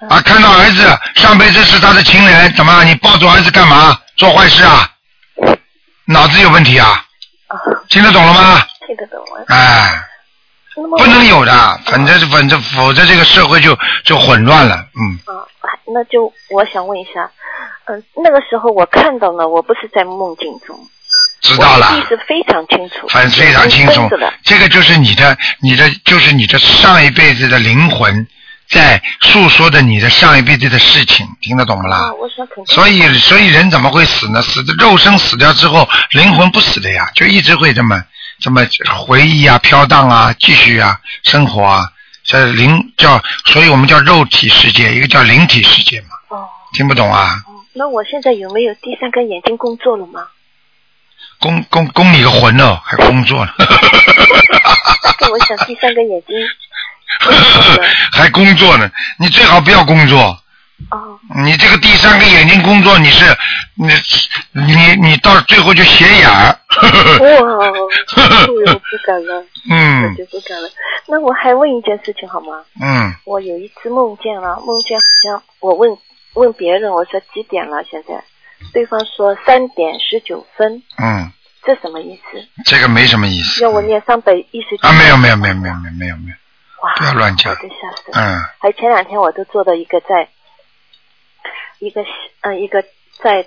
啊，看到儿子上辈子是他的情人，怎么你抱住儿子干嘛？做坏事啊？脑子有问题啊？
啊，
听得懂了吗？
听得懂啊。
哎，
那么
不能有的，反正反正否则这个社会就就混乱了。嗯，
啊，那就我想问一下，嗯、那个时候我看到了，我不是在梦境中，
知道了。
我记忆是非常清楚，
反非常清楚
是真的，
这个就是你的、你的，就是你的上一辈子的灵
嗯
魂在诉说着你的上一辈子的事情，听得懂不啦
啊，？我想肯定，
所以，所以人怎么会死呢？死的肉身死掉之后，灵魂不死的呀，就一直会这么这么回忆啊、飘荡啊、继续啊、生活啊。这灵叫，所以我们叫肉体世界，一个叫灵体世界嘛。
哦，
听不懂啊？
嗯那我现在有没有第三根眼睛工作了吗？
供供供你个魂哦，还工作呢。
那我想第三根眼睛
还工作呢，你最好不要工作。
哦，
你这个第三个眼睛工作，你是你你你到最后就斜眼儿。
哇，我不敢了，我
嗯
就不敢了。那我还问一件事情好吗？
嗯，
我有一次梦见了，梦见好像我问问别人，我说几点了？现在，对方说三点十九分，
嗯，
这什么意思？
这个没什么意思。
要我念三百一十九？
啊，没有没有没有没有没有没有没有，
哇，
不要乱讲
我真吓死了。
嗯
还前两天我都做了一个在，一个嗯一个在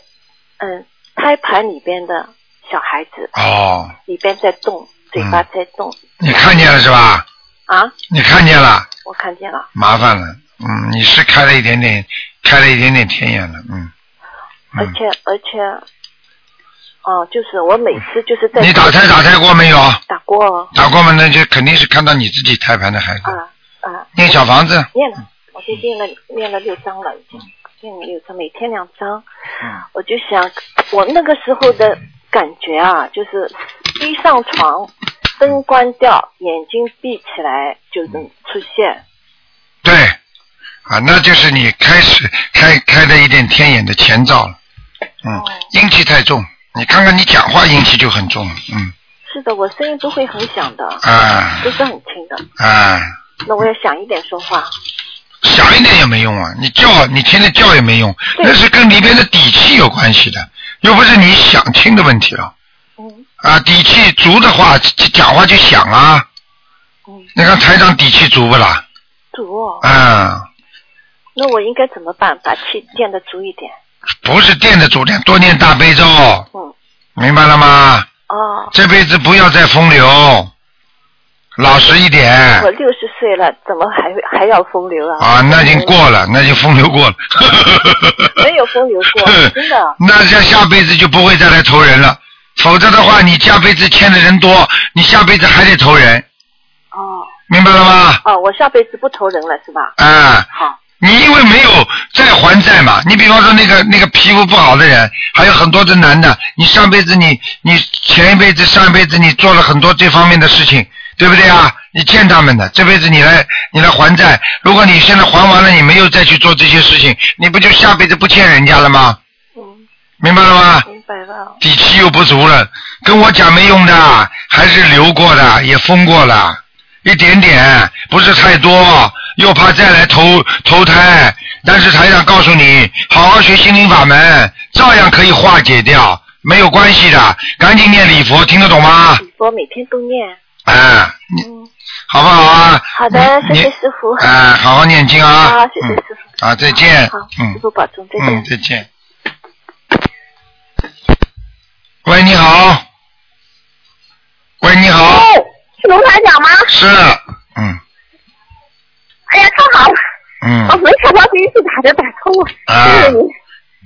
嗯胎盘里边的小孩子
哦，
里边在动，嘴巴
嗯
在动、
你看见了是吧？
啊，
你看见了，
我看见了，
麻烦了。嗯，你是开了一点点，开了一点点天眼了。嗯
而
嗯，
且而且，哦、就是我每次就是在
你打胎打胎过没有？
打过哦
打过吗？那就肯定是看到你自己胎盘的孩子。
啊啊，
念小房子。
念了，我最近了念了六章了，已经念了六章，每天两章。
嗯
我就想，我那个时候的感觉啊，就是一上床，灯关掉，眼睛闭起来就能出现。
对，啊，那就是你开始开开的一点天眼的前兆了。嗯，阴气太重，你看看你讲话阴气就很重了。嗯，
是的，我声音不会很响的，
啊
都是很轻的。
啊，
那我要响一点说话。
小一点也没用啊，你叫你天天叫也没用，
对
那是跟里边的底气有关系的，又不是你想清的问题了。
嗯
啊，底气足的话，讲讲话就响啊。
嗯，
你看台长底气足不啦？
主哦，
啊，
那我应该怎么办？把气垫得足一点。
不是垫着足点，多念大悲咒，
嗯，
明白了吗？
哦，
这辈子不要再风流，老实一点
我六十岁了，怎么还会还要风流啊？
啊！那已经过了，那就风流过了。
没有风流过， 真的。
那这下辈子就不会再来投人了，否则的话，你下辈子欠的人多，你下辈子还得投人，
哦
明白了吗？
哦，我下辈子不投人了是吧？
啊，
好，
你因为没有债还债嘛，你比方说那个那个皮肤不好的人，还有很多的男的，你上辈子你你前一辈子上一辈子你做了很多这方面的事情，对不对啊？你欠他们的，这辈子你来你来还债。如果你现在还完了，你没有再去做这些事情，你不就下辈子不欠人家了吗？
嗯，
明白了吗？
明白了。
底气又不足了，跟我讲没用的，还是流过的，也疯过了，一点点，不是太多，又怕再来投投胎。但是台长告诉你，好好学心灵法门，照样可以化解掉，没有关系的，赶紧念礼佛，听得懂吗？
李嗯波每天都念。
啊，你
嗯，
好不好啊？
好的，谢
你
谢师傅。
啊，好好念经啊。
好，谢谢
嗯
师傅。
啊，再见
好，。师
嗯
傅保重，再见
嗯，。再见。喂，你好。喂，你好。
哦，是卢台长吗？
是，嗯
哎呀，太好了！啊我
嗯
没想到第一次打就打通了，谢
啊
谢，您。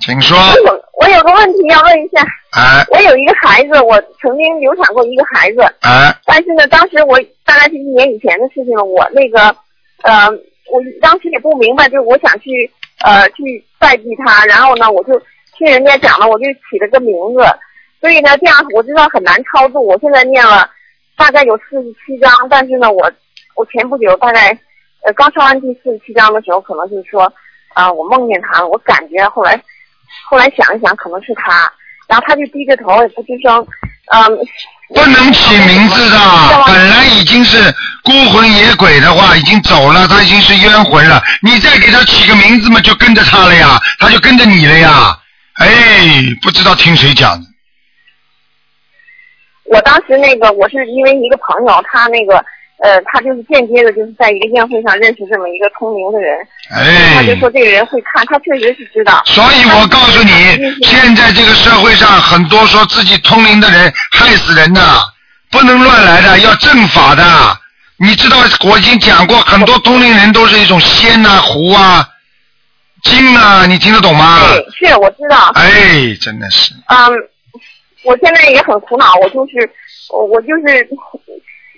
请说。
我我有个问题要问一下，
哎
我有一个孩子，我曾经流产过一个孩子，
哎
但是呢，当时我大概是一年以前的事情了。我那个，呃，我当时也不明白，就是我想去呃去拜祭他，然后呢，我就听人家讲了，我就起了个名字。所以呢，这样我知道很难超度。我现在念了大概有四十七章，但是呢，我我前不久大概呃刚抄完第四十七章的时候，可能就是说啊、我梦见他了，我感觉后来后来想一想，可能是他。然后他就低着头也不吱声，嗯，
不能起名字的
对吧，
本来已经是孤魂野鬼的话，已经走了，他已经是冤魂了。你再给他起个名字嘛，就跟着他了呀，他就跟着你了呀。哎，不知道听谁讲的。
我当时那个我是因为一个朋友，他那个呃，他就是间接的就是在一个宴会上认识这么一个通灵的人，他
哎
就，说这个人会看，他确实是知道。
所以我告 诉你，现在这个社会上很多说自己通灵的人害死人的，不能乱来的，要正法的。你知道我已经讲过，很多通灵人都是一种仙呐、狐啊、精啊，你听得懂吗？
对，是我知道，
哎，真的是，
嗯，我现在也很苦恼，我就是我我就是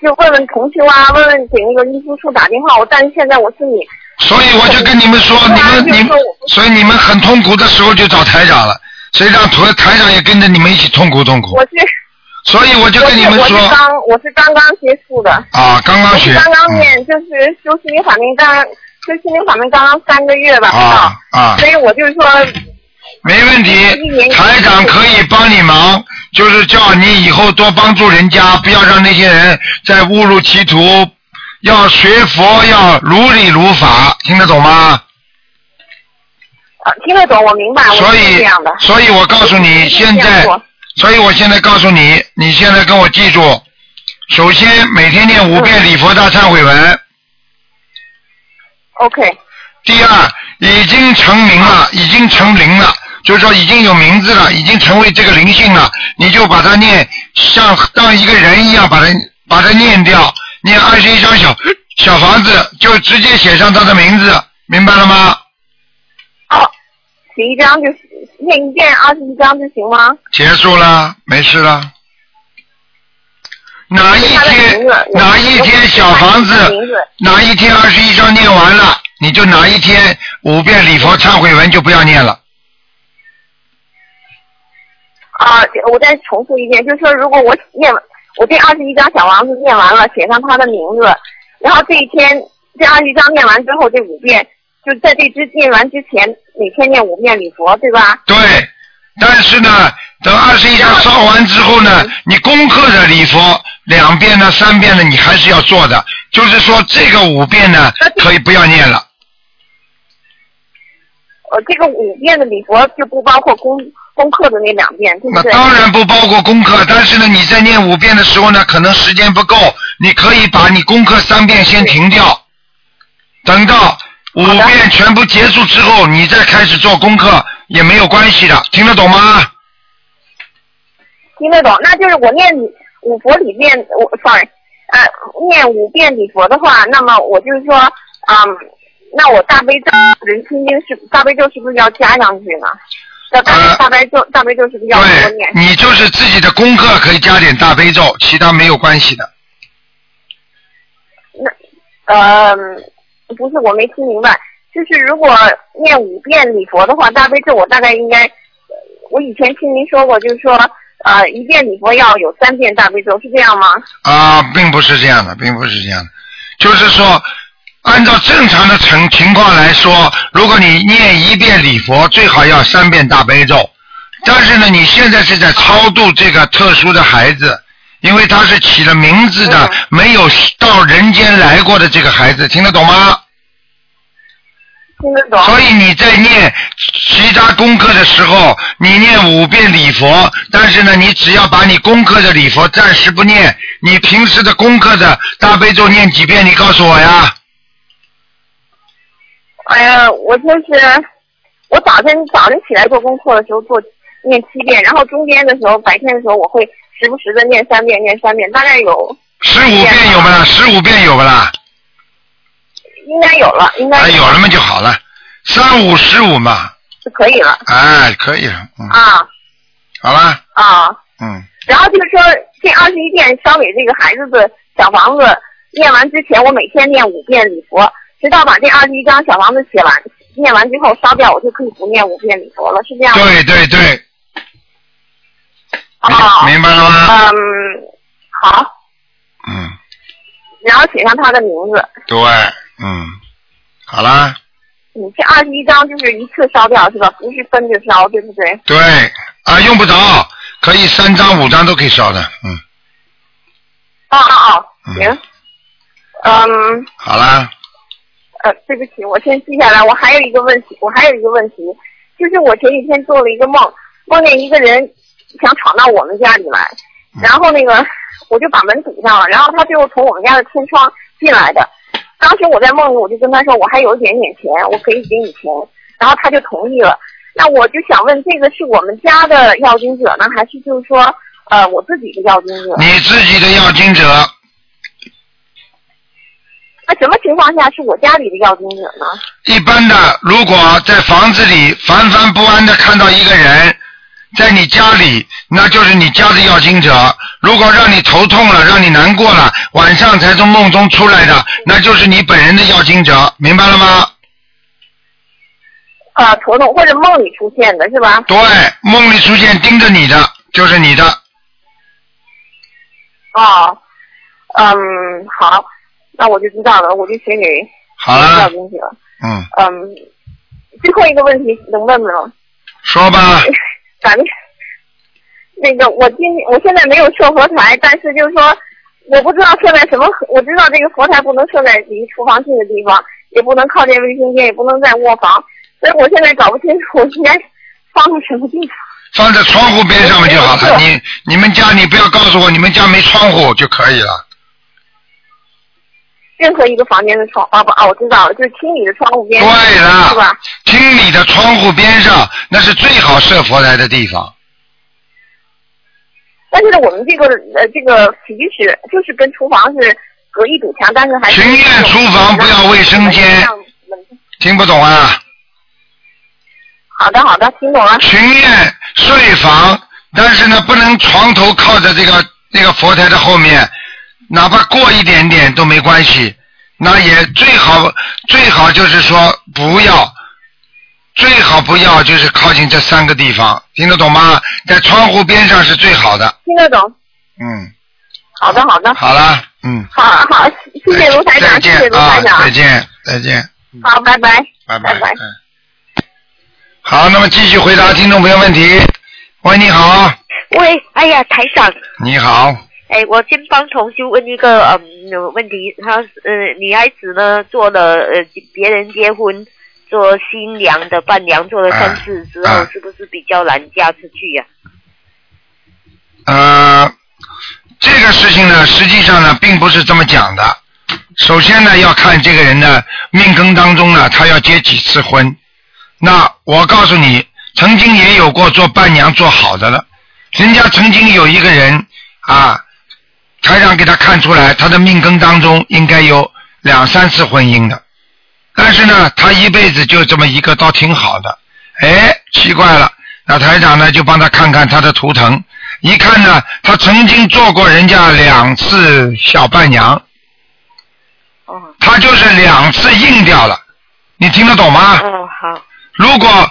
就问问同修啊，问问给那个秘书处打电话，我但是现在我心里
所以我就跟你们说，
对
你
啊
们
就是
你们
说我，
所以你们很痛苦的时候就找台长了，所以让台台长也跟着你们一起痛苦痛苦
我。是
所以我就
我
跟你
是
们
我是
说
刚我是刚刚接触的，
啊，刚
我
刚
是
学，
刚刚
嗯
念，就是修心灵法门刚修心灵法门刚刚三个月吧，不到。
啊啊，
所以我就是说，
没问题，台长可以帮你忙，就是叫你以后多帮助人家，不要让那些人再误入歧途。要学佛，要如理如法，听得懂吗？
呃，听得懂，我明白，我
所
是这
以
样的。，
所以我告诉你，现
这样
在
做，
所以我现在告诉你，你现在跟我记住，首先每天念五
嗯
遍礼佛大忏悔文，
OK，
第二，已经成名了，已经成灵了，就是说已经有名字了，已经成为这个灵性了，你就把它念像当一个人一样把它把它念掉，念二十一张小小房子，就直接写上他的名字，明白了吗？
哦，写一张就念一遍二十一张就行吗？
结束了，没事了。哪一
他的
天
名字，我
哪一天小房子
我名字，
哪一天二十一章念完了，你就哪一天五遍礼佛忏悔文就不要念了。
啊、我再重复一遍，就是说，如果我念完，我这二十一张小王子念完了，写上他的名字，然后这一天这二十一张念完之后，这五遍就在这之念完之前，每天念五遍礼佛，对吧？
对，但是呢，等二十一章烧完之后呢，
嗯
你功课的礼佛两遍呢、三遍呢，你还是要做的。就是说，这个五遍呢，可以不要念了。
呃，这个五遍的礼佛就不包括功功课的那两遍，对不
那
对？
当然不包括功课，但是呢，你在念五遍的时候呢，可能时间不够，你可以把你功课三遍先停掉，等到五
好的
遍全部结束之后，你再开始做功课也没有关系的，听得懂吗？
听得懂，那就是我念五佛里面，我 sorry，呃，念五遍礼佛的话，那么我就是说，嗯，那我大悲咒、人心经是大悲咒是不是要加上去呢？要大、
呃
大悲咒，大悲咒是不是要多
对
念，？
你就是自己的功课可以加点大悲咒，其他没有关系的。
呃，不是，我没听明白，就是如果念五遍礼佛的话，大悲咒我大概应该，呃我以前听您说过，就是说，呃一遍礼佛要有三遍大悲咒，是这样吗？
啊，并不是这样的，并不是这样的，就是说，按照正常的情情况来说，如果你念一遍礼佛，最好要三遍大悲咒。但是呢，你现在是在超度这个特殊的孩子，因为他是起了名字的，没有到人间来过的这个孩子，听得懂吗？
听得懂？
所以你在念其他功课的时候，你念五遍礼佛，但是呢，你只要把你功课的礼佛暂时不念，你平时的功课的大悲咒念几遍？你告诉我呀。
哎呀，我就是我早晨早晨起来做功课的时候做念七遍，然后中间的时候白天的时候我会时不时的念三遍，念三遍，大概有
十五遍有不啦？十五遍有不啦？
应该有了，应该
哎，有了嘛就好了，三五十五嘛，
就可以了
哎，可以了，嗯，
啊
好啦，
啊。
嗯，
然后就是说这二十一遍烧给这个孩子的小房子，念完之前我每天念五遍礼佛，直到把这二十一张小房子写完，念完之后烧掉，我就可以不念五遍礼佛了，是这样吗？
对对对，
啊，
明白了
嗯，
吗？
好，
嗯，
然后写上他的名字。
对，嗯，好啦，
你这二十一张就是一次烧掉是吧？不是分着烧，对不对？
对，啊，用不着，可以三张五张都可以烧的，嗯，
哦哦哦，行。嗯，
好啦，
呃，对不起，我先记下来。我还有一个问题，我还有一个问题，就是我前几天做了一个梦，梦见一个人想闯到我们家里来，然后那个我就把门堵上了，然后他就从我们家的天窗进来的。当时我在梦里，我就跟他说，我还有一点点钱，我可以给你钱，然后他就同意了。那我就想问，这个是我们家的要经者呢，还是就是说，呃，我自己的要经者？
你自己的要经者，
那什么情况下是我家里的要经者呢？
一般的，如果在房子里烦烦不安的看到一个人在你家里，那就是你家的要经者。如果让你头痛了，让你难过了，晚上才从梦中出来的，那就是你本人的要经者，明白了吗？
啊，头痛或者梦里出现的是吧？
对，梦里出现盯着你的，就是你的。
哦，嗯，好，那我就知道了，我就写给
好
要
了，
经者。
嗯，
嗯，最后一个问题能问问吗？
说吧，
咱们那个我今我现在没有设佛台，但是就是说，我不知道设在什么，我知道这个佛台不能设在离厨房近的地方，也不能靠近卫生间，也不能在卧房，所以我现在搞不清楚我应该放在什么地方。
放在窗户边上面就好了。
我
你你们家你不要告诉我你们家没窗户就可以了。
任何一个房间的窗啊不啊，我知道了，就是厅里的窗户边，
对了
是吧？
厅里的窗户边上那是最好设佛台的地方。
但是呢，我们这个呃这个起居室就是跟厨房是隔一堵墙，但是还是
情愿厨房不要卫生间听不懂啊？
好的好的，听懂了。
情愿睡房，但是呢，不能床头靠着这个那个佛台的后面，哪怕过一点点都没关系。那也最好最好就是说不要，最好不要就是靠近这三个地方，听得懂吗？在窗户边上是最好的。
听得懂。
嗯，
好的，好的，
好了，嗯，
好好，谢谢卢台
再
长，谢
见
谢卢
啊
台，长，
再见，再见。
好，拜拜。
拜拜。
拜拜
嗯好，那么继续回答听众朋友问题。喂，你好，
喂，哎呀，台长，
你好，
哎，我先帮同修问一个嗯问题，她呃女孩子呢做了呃别人结婚做新娘的伴娘做了三次之后，
啊
是不是比较难嫁出去呀、
呃，这个事情呢，实际上呢，并不是这么讲的。首先呢，要看这个人的命根当中呢，他要结几次婚。那我告诉你，曾经也有过做伴娘做好的了，人家曾经有一个人啊，台长给他看出来，他的命根当中应该有两三次婚姻的，但是呢，他一辈子就这么一个，倒挺好的。哎，奇怪了，那台长呢就帮他看看他的图腾，一看呢，他曾经做过人家两次小伴娘，
哦
嗯
他就是两次硬掉了，你听得懂吗？
哦，好，
如果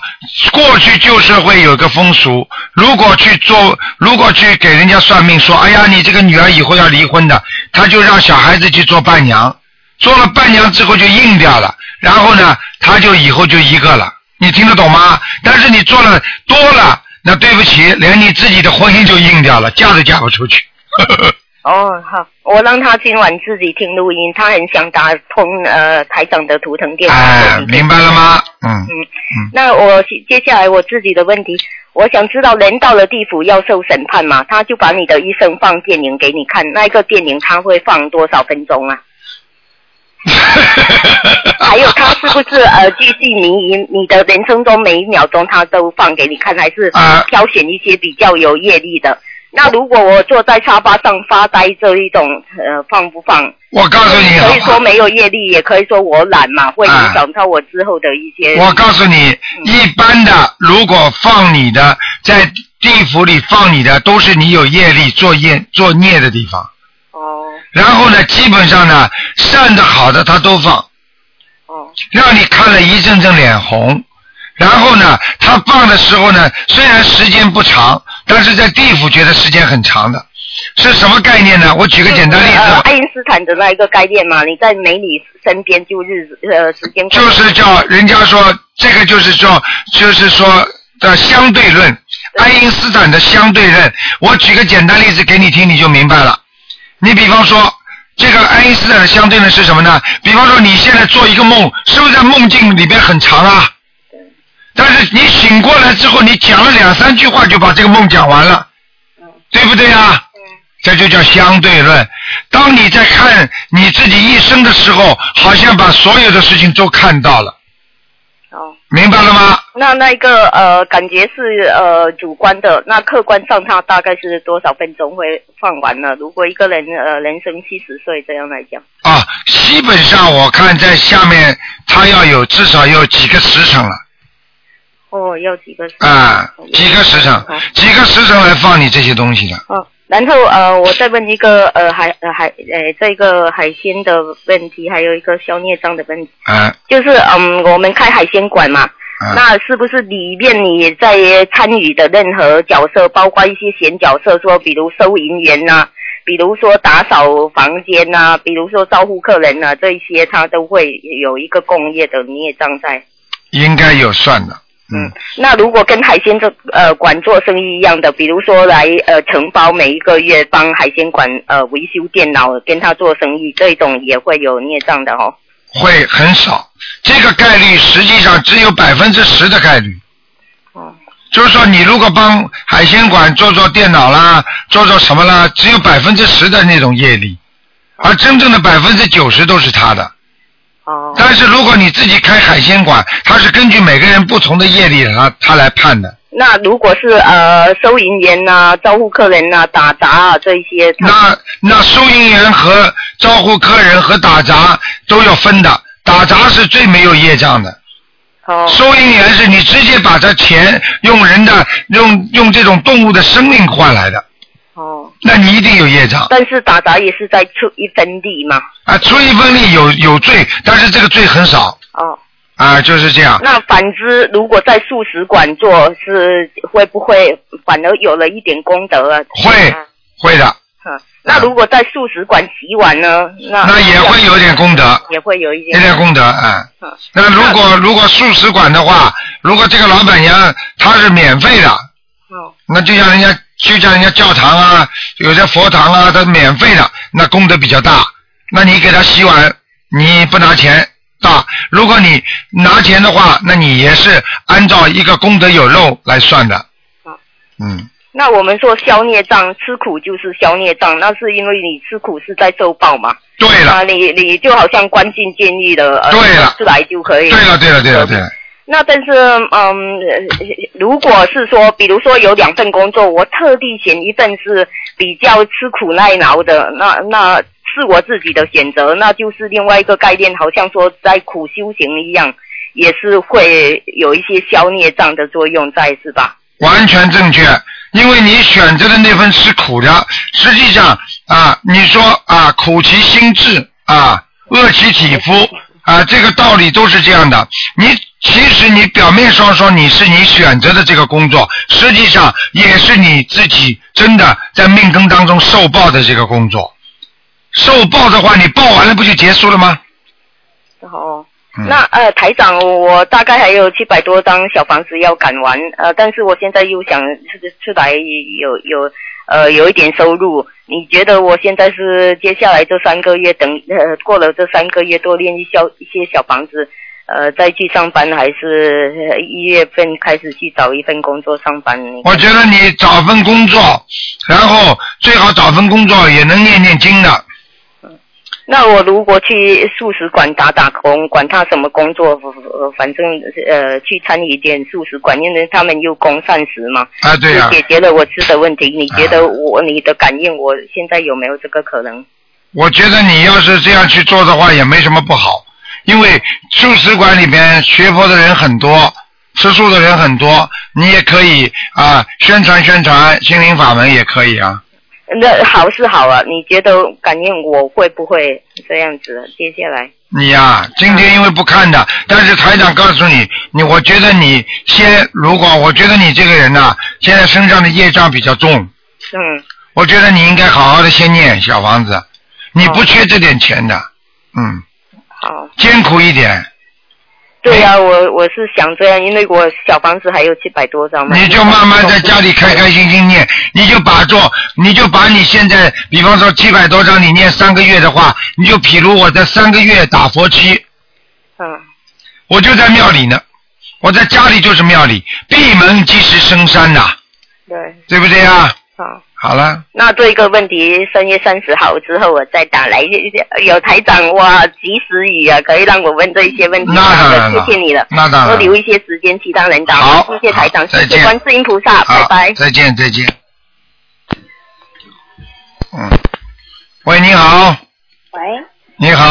过去旧社会有一个风俗，如果去做，如果去给人家算命说，哎呀，你这个女儿以后要离婚的，他就让小孩子去做伴娘，做了伴娘之后就硬掉了，然后呢，他就以后就一个了，你听得懂吗？但是你做了多了，那对不起，连你自己的婚姻就硬掉了，嫁都嫁不出去。
哦，好，我让他今晚自己听录音，他很想打通呃台长的图腾电话。
哎，
所以
明白了吗？嗯，
那我接下来我自己的问题，我想知道人到了地府要受审判嘛？他就把你的一生放电影给你看，那一个电影他会放多少分钟啊？嗯
啊
还有 他是不是呃继续你你你的人生中每一秒钟他都放给你看，还是
啊
挑选一些比较有业力的？那如果我坐在沙发上发呆这一种呃放不放？
我告诉你
可以说没有业力，也可以说我懒嘛，会影响到我之后的一些。
我告诉你，
嗯
一般的如果放你的在地府里放你的，都是你有业力做业做孽的地方。哦。然后呢，基本上呢，善的好的他都放。哦。让你看了一阵阵脸红，然后呢，他放的时候呢，虽然时间不长，但是在地府觉得时间很长的，是什么概念呢？我举个简单例子啊
呃
吧。
爱因斯坦的那一个概念嘛，你在美女身边就日子呃时间过
就
得
是叫人家说这个就是说就是说的相对论，爱因斯坦的相对论。我举个简单例子给你听，你就明白了。你比方说，这个爱因斯坦的相对论是什么呢？比方说你现在做一个梦，是不是在梦境里边很长啊？但是你醒过来之后，你讲了两三句话就把这个梦讲完了，对不对啊？这就叫相对论。当你在看你自己一生的时候，好像把所有的事情都看到了，
哦。
明白了吗？
那那一个呃，感觉是呃主观的，那客观上它大概是多少分钟会放完呢？如果一个人呃人生七十岁这样来讲，
啊，基本上我看在下面，它要有至少有几个时辰了
哦，要几个？
啊，几个时辰，
啊嗯
几个时辰来放你这些东西的。
哦，然后呃，我再问一个呃海呃海呃这个海鲜的问题，还有一个消孽障的问题，
啊，
就是嗯，我们开海鲜馆嘛，
嗯
那是不是里面你在呃参与的任何角色，包括一些闲角色，说比如收银员呐、比如说打扫房间呐、比如说招呼客人呐、这一些他都会有一个共业的孽障在。
应该有算的。嗯，
那如果跟海鲜这呃馆做生意一样的，比如说来呃承包每一个月帮海鲜馆呃维修电脑，跟他做生意，这种也会有孽障的哦。
会很少，这个概率实际上只有百分之十的概率。就是说，你如果帮海鲜馆做做电脑啦，做做什么啦，只有百分之十的那种业力，而真正的百分之九十都是他的。
哦。
但是如果你自己开海鲜馆，他是根据每个人不同的业力，他他来判的。
那如果是呃收银员呐、招呼客人呐、打杂啊这一些，
那那收银员和招呼客人和打杂都要分的，打杂是最没有业障的。
哦
收银员是你直接把这钱用人的用用这种动物的生命换来的。
哦。
那你一定有业障
但是打杂也是在出一分力嘛。
啊！出一分力有有罪，但是这个罪很少
哦。
啊，就是这样。
那反之，如果在素食馆做，是会不会反而有了一点功德啊？
会会的，
哈。嗯那如果在素食馆洗碗呢？那
那也会有点功德，
也会有一嗯
有
点
点功德啊。那如果如果素食馆的话，如果这个老板娘她是免费的，那就像人家就像人家教堂啊，有些佛堂啊，它免费的，那功德比较大。那你给他洗碗，你不拿钱大；如果你拿钱的话，那你也是按照一个功德有漏来算的。嗯，
那我们说消孽障，吃苦就是消孽障，那是因为你吃苦是在受报嘛。
对
了。啊，你你就好像关进监狱的，呃、对了，出来就可以。
对了，对了，对了，对了，
那但是，嗯，呃如果是说，比如说有两份工作，我特地选一份是比较吃苦耐劳的，那那是我自己的选择，那就是另外一个概念，好像说在苦修行一样，也是会有一些消孽障的作用在，是吧？
完全正确。因为你选择的那份吃苦的，实际上啊，你说啊，苦其心志啊，饿其体肤啊，这个道理都是这样的。你其实你表面上说你是你选择的这个工作，实际上也是你自己真的在命根当中受报的这个工作。受报的话，你报完了不就结束了吗？
哦，
嗯
那呃，台长，我大概还有七百多张小房子要赶完，呃，但是我现在又想是出来有有呃有一点收入，你觉得我现在是接下来这三个月等呃过了这三个月多练一小一些小房子，呃，再去上班，还是呃一月份开始去找一份工作上班？你
我觉得你找份工作，然后最好找份工作也能念念经的。
那我如果去素食馆打打工，管他什么工作，呃反正呃去参与一点素食馆，因为他们有供膳食嘛，
啊，对呀、
就解决了我吃的问题。你觉得我、你的感应，我现在有没有这个可能？
我觉得你要是这样去做的话，也没什么不好，因为素食馆里面学佛的人很多，吃素的人很多，你也可以啊宣传宣传心灵法门也可以啊。
那好是好啊，你觉得感应我会不会这样子？接下来，
你呀、今天因为不看的，但是台长告诉你，你我觉得你先，如果我觉得你这个人呐、现在身上的业障比较重，
嗯，
我觉得你应该好好的先念小房子，你不缺这点钱的，嗯，
好，
艰苦一点，
对呀、我我是想这样，因为我小房子还有七百多张嘛。
你就慢慢在家里开开心心念，你就把做，你就把你现在，比方说七百多张，你念三个月的话，你就譬如我在三个月打佛七，
嗯，
我就在庙里呢，我在家里就是庙里，闭门即是深山呐、
对，
对不对啊？
好。
好了，
那这个问题三月三十号之后我再打来，有台长哇及时雨啊，可以让我问这一些问题，
那当然了
嗯谢谢你了，
那当然
多留一些时间其他人答，
啊好
谢谢台长，
好
谢
再见
谢观世音菩萨，拜
好
拜。
再见，再见。嗯，喂，你好，
喂，
你好，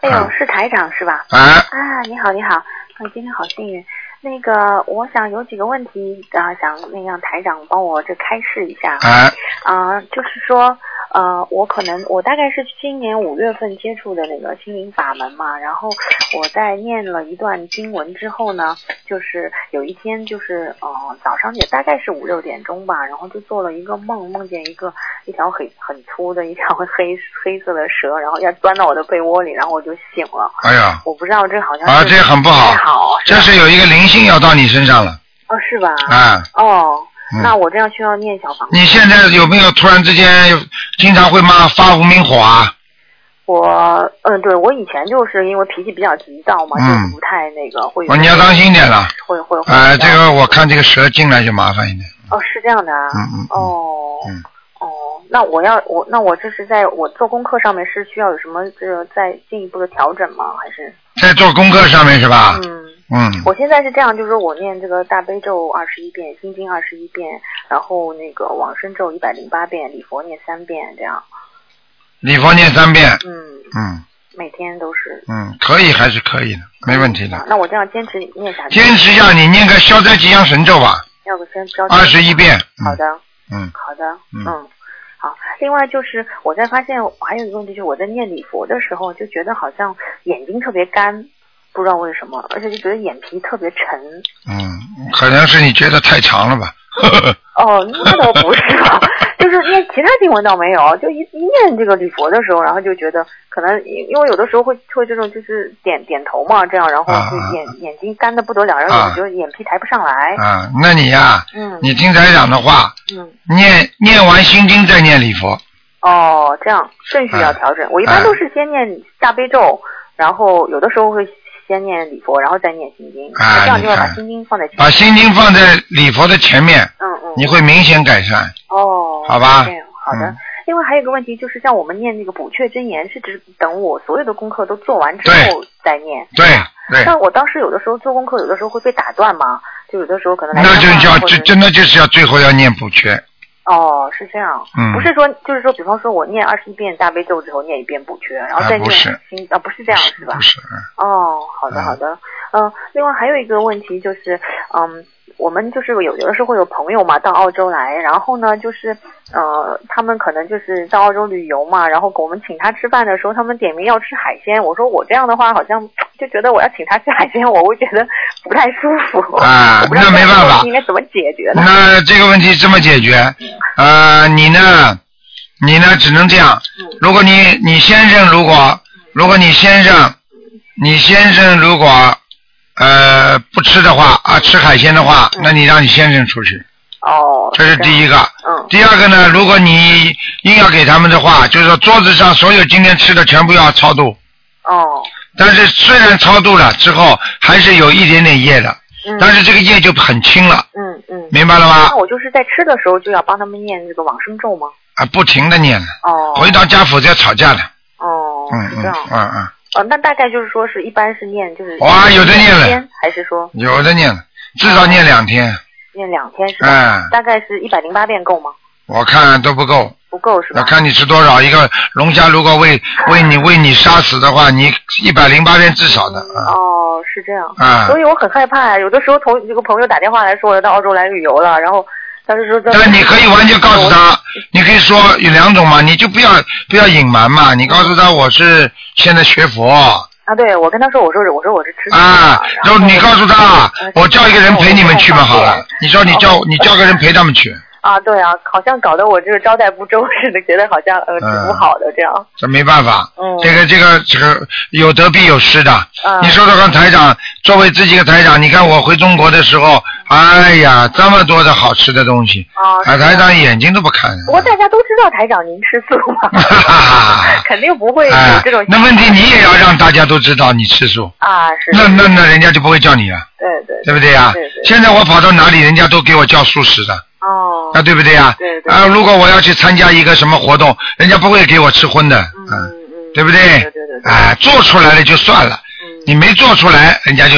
哎
啊
呦，是台长是吧？
哎，
啊，你好，你好，我今天好幸运。那个，我想有几个问题啊、想那个让台长帮我这开示一下。
哎，
啊、就是说，呃，我可能我大概是今年五月份接触的那个心灵法门嘛，然后我在念了一段经文之后呢，就是有一天就是呃早上也大概是五六点钟吧，然后就做了一个梦，梦见一个一条很很粗的一条 黑黑色的蛇，然后要钻到我的被窝里，然后我就醒了。
哎呀，
我不知道这好像
啊，
是
这很不
不
好
太，好，
这是有一个灵性要到你身上了，
哦是吧？
哎。
哦，
嗯
那我这样需要念小房子。
你现在有没有突然之间经常会骂发无名火啊？
我嗯，对我以前就是因为脾气比较急躁嘛，
嗯
就是不太那个会。
哦，你要当心一点了。
会会会。
哎、这个我看这个蛇进来就麻烦一点。
哦，是这样的啊。
嗯嗯嗯
哦。
嗯
哦，那我要我那我这是在我做功课上面是需要有什么这个再进一步的调整吗？还是
在做功课上面是吧？
嗯。
嗯，
我现在是这样，就是说我念这个大悲咒二十一遍，心经二十一遍，然后那个往生咒一百零八遍，礼佛念三遍，这样，
礼佛念三遍。
嗯，
嗯
每天都是。
嗯，可以还是可以的，没问题的。
那我这样坚持念下去，
坚持一下，你念个消灾吉祥神咒吧，
要不先标
二十一。遍。嗯
好的。
嗯
好的，
嗯
好。另外就是我在发现还有一个问题，就是我在念礼佛的时候，就觉得好像眼睛特别干，不知道为什么，而且就觉得眼皮特别沉。
嗯，可能是你觉得太长了吧？
哦，那倒不是吧，就是念其他经文倒没有，就一一念这个礼佛的时候，然后就觉得可能因因为有的时候会会这种就是点点头嘛，这样然后就眼、眼睛干的不得了，然后
啊
我觉得眼皮抬不上来。
啊，那你呀、
嗯
你听台长的话，
嗯，
念念完心经再念礼佛。
哦，这样顺序要
哎
调整。我一般
哎
都是先念大悲咒，然后有的时候会先念礼佛，然后再念心经。
哎
这样就要把
你看
心经放在前面。
把心经放在礼佛的前面，
嗯嗯。
你会明显改善。
哦。
好吧
这样好的。
嗯
另外还有一个问题，就是像我们念那个补缺真言，是指等我所有的功课都做完之后再念。
对对，
但我当时有的时候做功课，有的时候会被打断嘛，就有的时候可能来
那就
电话
叫
或者
这真的就是要最后要念补缺。
哦，是这样，
嗯
不是说就是说，比方说我念二十一遍大悲咒之后念一遍补缺，然后
啊
再
不
念
是
心啊，不是这样是吧
不？是，
哦，好的
嗯
好的，嗯、另外还有一个问题就是，嗯，我们就是有有的时候会有朋友嘛到澳洲来，然后呢就是呃他们可能就是到澳洲旅游嘛，然后我们请他吃饭的时候，他们点名要吃海鲜，我说我这样的话好像就觉得我要请他吃海鲜，我会觉得不太舒服。
啊
我不知道
那没
这个
办法
问题应该怎么解决呢？
那这个问题这么解决，呃，你呢，你呢只能这样。
嗯
如果你你先生如果如果你先生你先生如果呃不吃的话啊吃海鲜的话，
嗯
那你让你先生出去，
哦，
这是第一个。
嗯
第二个呢，如果你硬要给他们的话，就是说桌子上所有今天吃的全部要超度，
哦，
但是虽然超度了之后还是有一点点业的，
嗯
但是这个业就很轻了，
嗯嗯。
明白了吗
那？我就是在吃的时候就要帮他们念这个往生咒吗？
啊，不停的念了。
哦，
回到家否则要吵架的。
哦，
嗯
是这
嗯
样。
嗯嗯，
哦，那大概就是说是一般是念就是
哇有的念了
一天，还是说
有的念了，至少念两天。
念两天是吧？
哎，
大概是一百零八遍够吗？
我看都不够，
不够是
要
吧？
看你吃多少。一个龙虾如果为为你为你杀死的话，你一百零八遍至少的啊
哦，是这样。
啊
所。以我很害怕呀，有的时候同这个朋友打电话来说我要到澳洲来旅游了，然后他就说这，
但你可以完全告诉他，你可以说有两种嘛，你就不要不要隐瞒嘛，你告诉他我是现在学佛
啊，对我跟他说我说是我说我是吃素的
啊，
然
然
后
后呃你告诉他我叫一个人陪你们去嘛好了，你说你叫你叫个人陪他们去，
啊，对啊，好像搞得我这个招待不周似的，觉得好像呃挺
嗯
不好的这样。
这没办法，
嗯
这个这个这个有得必有失的。
嗯
你说说看，台长作为自己的台长，你看我回中国的时候，哎呀，这么多的好吃的东西，
啊，是
啊，
这
台
样
长眼睛都不看。，
不过大家都知道台长您吃素嘛肯定不会有
哎
这种，
那问题你也要让大家都知道你吃素，
啊，是
那那那人家就不会叫你了，
对对
对不对呀
对？对
现在我跑到哪里，人家都给我叫素食的，
哦，
啊，对不对呀？
对对
啊，如果我要去参加一个什么活动，人家不会给我吃荤的，
嗯
嗯。
嗯，
对不对？
对对对嗯对，
哎，做出来了就算了，你没做出来，人家就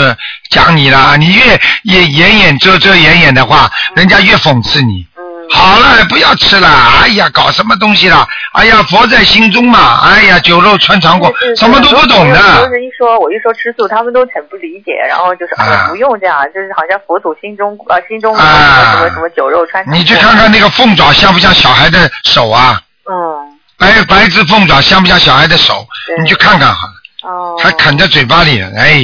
讲你了。你越也掩掩遮遮掩掩的话，人家越讽刺你。
嗯
好了，不要吃了。哎呀，搞什么东西了？哎呀，佛在心中嘛。哎呀，酒肉穿肠过
是是，
什么都不懂
就
的。
是一说我一说吃素，他们都很不理解，然后就是哎
啊
呀不用这样，就是好像佛祖心中呃心中什么
啊
什么什么酒肉穿肠过。
你去看看那个凤爪像不像小孩的手啊？
嗯
白白只凤爪像不像小孩的手？
对
你去看看好了，
哦，
还啃在嘴巴里，哎，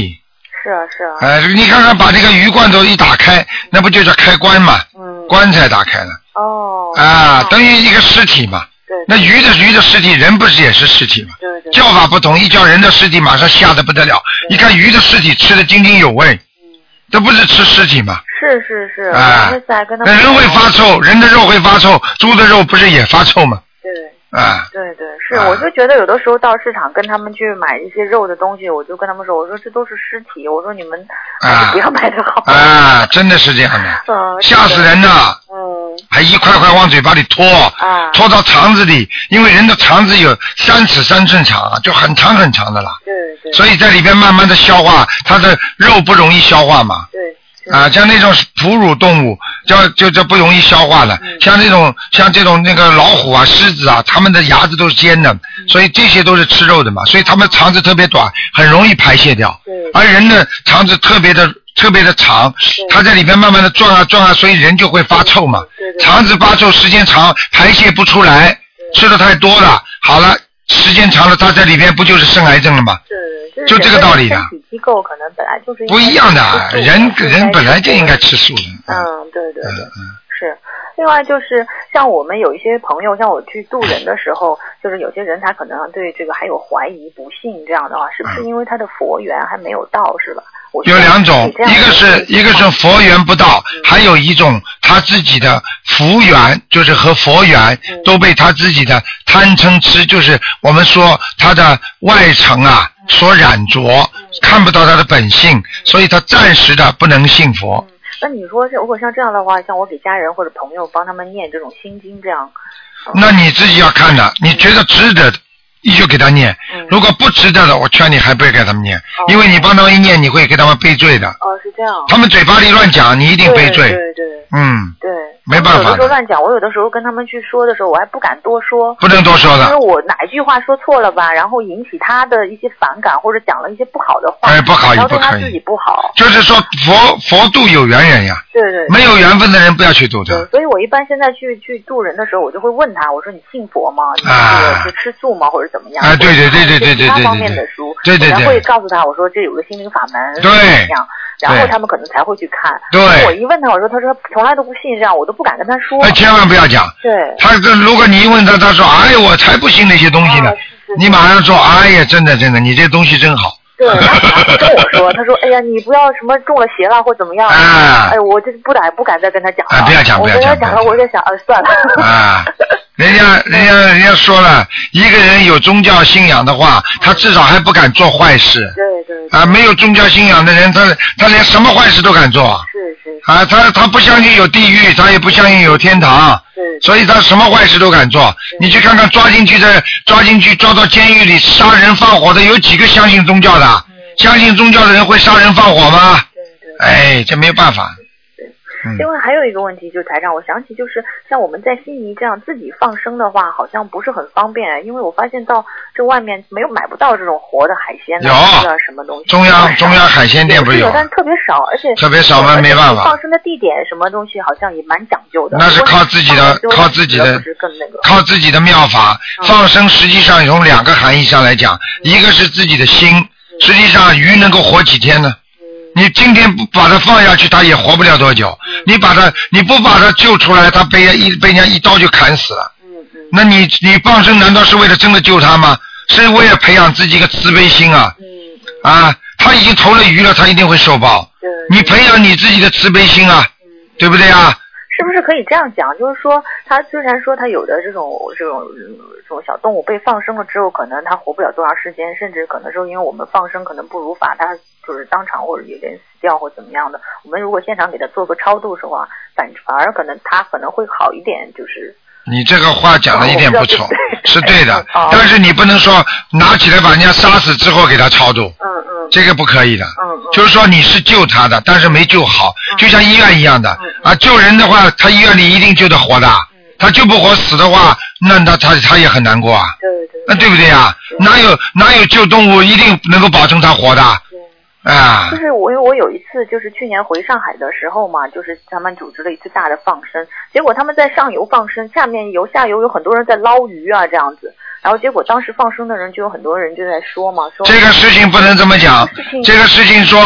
是啊是啊，
哎，你看看把这个鱼罐头一打开，那不就叫开关嘛？
嗯
棺材打开了
哦
啊，等于一个尸体嘛。
对
那鱼的鱼的尸体，人不是也是尸体吗？
对对
叫法不同，一叫人的尸体，马上吓得不得了。一看鱼的尸体，吃的津津有味，
嗯
这不是吃尸体吗？
是是是，我
啊
那哦次还跟他
那
们
人会
聊
发臭，人的肉会发臭，猪的肉不是也发臭吗？
对。
啊，
对对，是，
啊
我就觉得有的时候到市场跟他们去买一些肉的东西，我就跟他们说，我说这都是尸体，我说你们还
啊
是不要买的好。
啊，真的是这样的，
嗯，
吓死人呐！
嗯，
还一块块往嘴巴里拖，
啊
拖到肠子里，因为人的肠子有三尺三寸长啊，就很长很长的了。
对对
所以在里边慢慢的消化，它的肉不容易消化嘛。
对，
啊，像那种哺乳动物，叫就这不容易消化的，
嗯
像这种像这种那个老虎啊、狮子啊，它们的牙齿都是尖的，
嗯
所以这些都是吃肉的嘛，所以它们肠子特别短，很容易排泄掉。 而人的肠子特别的特别的长，它在里边慢慢的转啊转啊，所以人就会发臭嘛。肠子发臭时间长，排泄不出来，吃的太多了，好了，时间长了，它在里边不就是生癌症了吗？
是
就这个道理的
身体机构可能本来就是
不一样的，人人本来就应该
吃。
吃素的。
嗯，对对
嗯
对，是。另外就是像我们有一些朋友，像我去渡人的时候，就是有些人他可能对这个还有怀疑、不信这样的话，是不是因为他的佛缘还没有到，是吧？我
嗯有两种，
这样
一个是一个是佛缘不到，
嗯
还有一种他自己的福缘，就是和佛缘
嗯
都被他自己的贪嗔痴，就是我们说他的外层啊
嗯
所染着，看不到他的本性，所以他暂时的不能信佛。
那你说，如果像这样的话，像我给家人或者朋友帮他们念这种心经，这样，嗯
那你自己要看的，你觉得值得的，你就给他念；
嗯
如果不值得的，我劝你还不要给他们念，
哦
因为你帮他们一念，你会给他们背罪的。
哦，是这样，
他们嘴巴里乱讲，你一定背罪。
对对对，
嗯，
对，
没办
有
法的
的时候乱讲，我有的时候跟他们去说的时候，我还不敢多说，
不能多说
因为
的，
我哪一句话说错了吧，然后引起他的一些反感，或者讲了一些不好的话，
哎不好也
然后
不
对他
可以
自己不好，
就是说佛佛度有缘人呀，
对对对
没有缘分的人不要去度
对，
的，
所以我一般现在去去度人的时候，我就会问他，我说你信佛吗？你
啊
是是吃素吗？或者怎么样？
啊对对对对对对对对
或者看一些其他方面的书，
对对对
我才会告诉他，我说这有个心灵法门，怎
对
么样？然后
对
他们可能才会去看。
对
因为我一问他，我说他说从来都不信这样，我都不敢跟他说。
哎，千万不要讲。
对，
他跟如果你一问他，他说：“哎，我才不信那些东西呢
啊。是是”
你马上说：“哎呀，真的真的，你这东西真好。
对，他他会跟我说，他说哎呀，你不要什么中了邪了或怎么样。
啊
哎，我就不敢不敢再跟他讲
哎
了。
不要讲
我
不要
跟
讲
他讲了，
不要讲
我就想，呃，算了。”
啊，人家人家人家说了，一个人有宗教信仰的话，他至少还不敢做坏事。
对对对，
啊，没有宗教信仰的人，他他连什么坏事都敢做。
是是
啊，他他不相信有地狱，他也不相信有天堂，
是，
所以他什么坏事都敢做。你去看看抓进去的，抓进去抓到监狱里杀人放火的，有几个相信宗教的？相信宗教的人会杀人放火吗？
对对。
哎，这没有办法。嗯
另外还有一个问题，就是台长，我想起就是像我们在悉尼这样自己放生的话，好像不是很方便，因为我发现到这外面没有买不到这种活的海鲜
有
啊，的什么东西。
中央中央海鲜店不是有
有，但特别少，而且
特别少嘛
而且
没办法
放生的地点什么东西好像也蛮讲究的。
那是
如果
靠自己的
放久了
靠自己的
不是更那个。
靠自己的妙法
嗯
放生，实际上从两个含义上来讲，一个是自己的心，实际上鱼能够活几天呢？
嗯
你今天不把它放下去，它也活不了多久。你把它，你不把它救出来，它被人一被人家一刀就砍死了。
嗯嗯
那你你放生难道是为了真的救它吗？是为了培养自己一个慈悲心啊
嗯，
啊！他已经投了鱼了，他一定会受报。
对。
你培养你自己的慈悲心啊，对不对啊？
是不是可以这样讲？就是说，它虽然说它有的这种这种嗯这种小动物被放生了之后，可能它活不了多长时间，甚至可能说因为我们放生可能不如法，它就是当场或者有人死掉或怎么样的。我们如果现场给它做个超度的话，反反而可能它可能会好一点，就是
你这个话讲的一点不错，是对的
哦，
但是你不能说拿起来把人家杀死之后给他超度，
嗯嗯
这个不可以的。
嗯嗯，
就是说你是救他的，但是没救好，就像医院一样的
嗯
啊，救人的话，他医院里一定救得活的，他救不活死的话，那那他他也很难过啊，
对对
那对不对啊？哪有哪有救动物一定能够保证它活的啊
就？是我，因为我有一次就是去年回上海的时候嘛，就是他们组织了一次大的放生，结果他们在上游放生，下面游下游有很多人在捞鱼啊这样子，然后结果当时放生的人就有很多人就在说嘛，说
这个事情不能这么讲，这个事情说，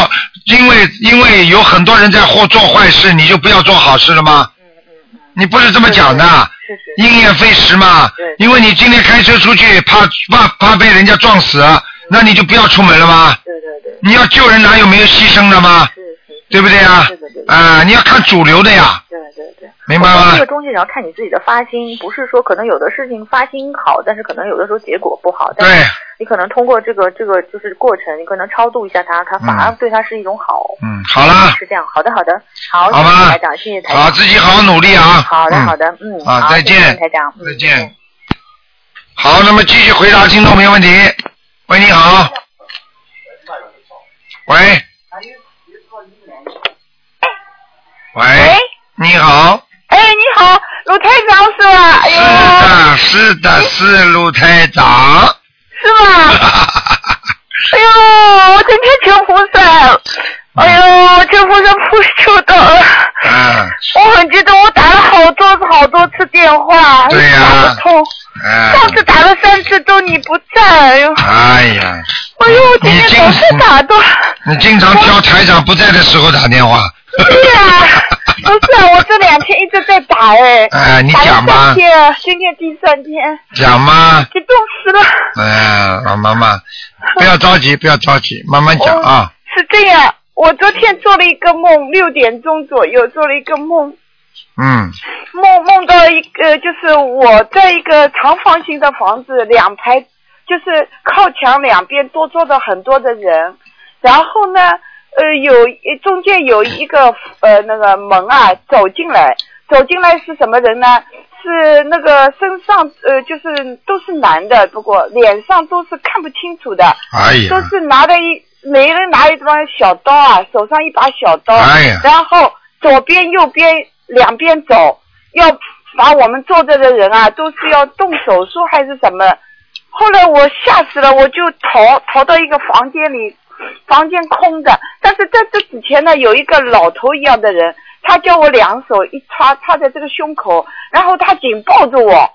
因为因为有很多人在或做坏事，你就不要做好事了吗？
嗯
你不是这么讲的，
是是
因噎废食嘛
对。
因为你今天开车出去，怕怕怕被人家撞死，那你就不要出门了吗？
对对对，
你要救人，哪有没有牺牲的吗？
是是，
对不对啊
对的对？的
啊、你要看主流的呀，
对对对。
明白吗
这个？东西也要看你自己的发心，不是说可能有的事情发心好，但是可能有的时候结果不好。但
对
是你可能通过这个这个就是过程，你可能超度一下它，它反而对它是一种好。
嗯，好啦，
是这样，好的好的，好，
好
谢
吧
谢台长，谢谢台长。
好，自己好好努力啊。
好的，
嗯
好的，嗯，
啊
好
再见
谢谢台长，嗯
再见。好，那么继续回答听众朋友问题。喂，你好。喂。喂。你好。
哎，你好，鲁台长是吧？哎
是
呦，
的，是的，是卢台长。
是 吧？哎呦，我整天求菩萨，哎呦，求菩萨菩萨求到了，
嗯
我很激动，我打了好多好多次电话，
对呀
打不通，上次
嗯。
打了三次都你不在，哎呦，
哎呀，
哎呦，我今天总是打的，
啊
你经常挑台长不在的时候打电话。
对呀、不是，
啊
我这两天一直在打哎，
哎，你
打
讲
了
吧
三，
啊
天，今天第三天，
讲嘛。
激动死了。
哎，老妈妈，不要着急，不要着急，慢慢讲
哦
啊。
是这样，我昨天做了一个梦，六点钟左右做了一个梦，
嗯
梦梦到一个就是我在一个长方形的房子，两排就是靠墙两边多坐着很多的人，然后呢，呃，有一中间有一个呃那个门啊走进来，走进来是什么人呢？是那个身上呃就是都是男的，不过脸上都是看不清楚的，
哎呀
都，是拿着一每人拿一把小刀啊，手上一把小刀，
哎呀
然后左边右边两边走，要把我们坐着的人啊，都是要动手术还是什么？后来我吓死了，我就逃逃到一个房间里，房间空的。但是在这之前呢，有一个老头一样的人，他叫我两手一插插在这个胸口，然后他紧抱着我，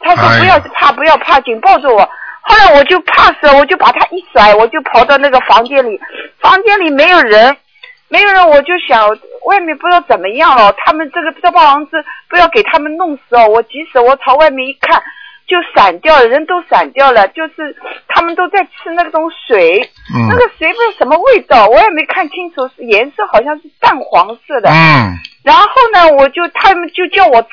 他说不要怕，不要怕，紧抱着我。后来我就怕死了，我就把他一甩，我就跑到那个房间里，房间里没有人，没有人，我就想外面不知道怎么样了，他们这个这帮王子不要给他们弄死哦！我急死，我朝外面一看，就散掉了，人都散掉了，就是他们都在吃那种水，
嗯
那个水不知道什么味道，我也没看清楚，是颜色好像是淡黄色的，
嗯
然后呢，我就他们就叫我吃，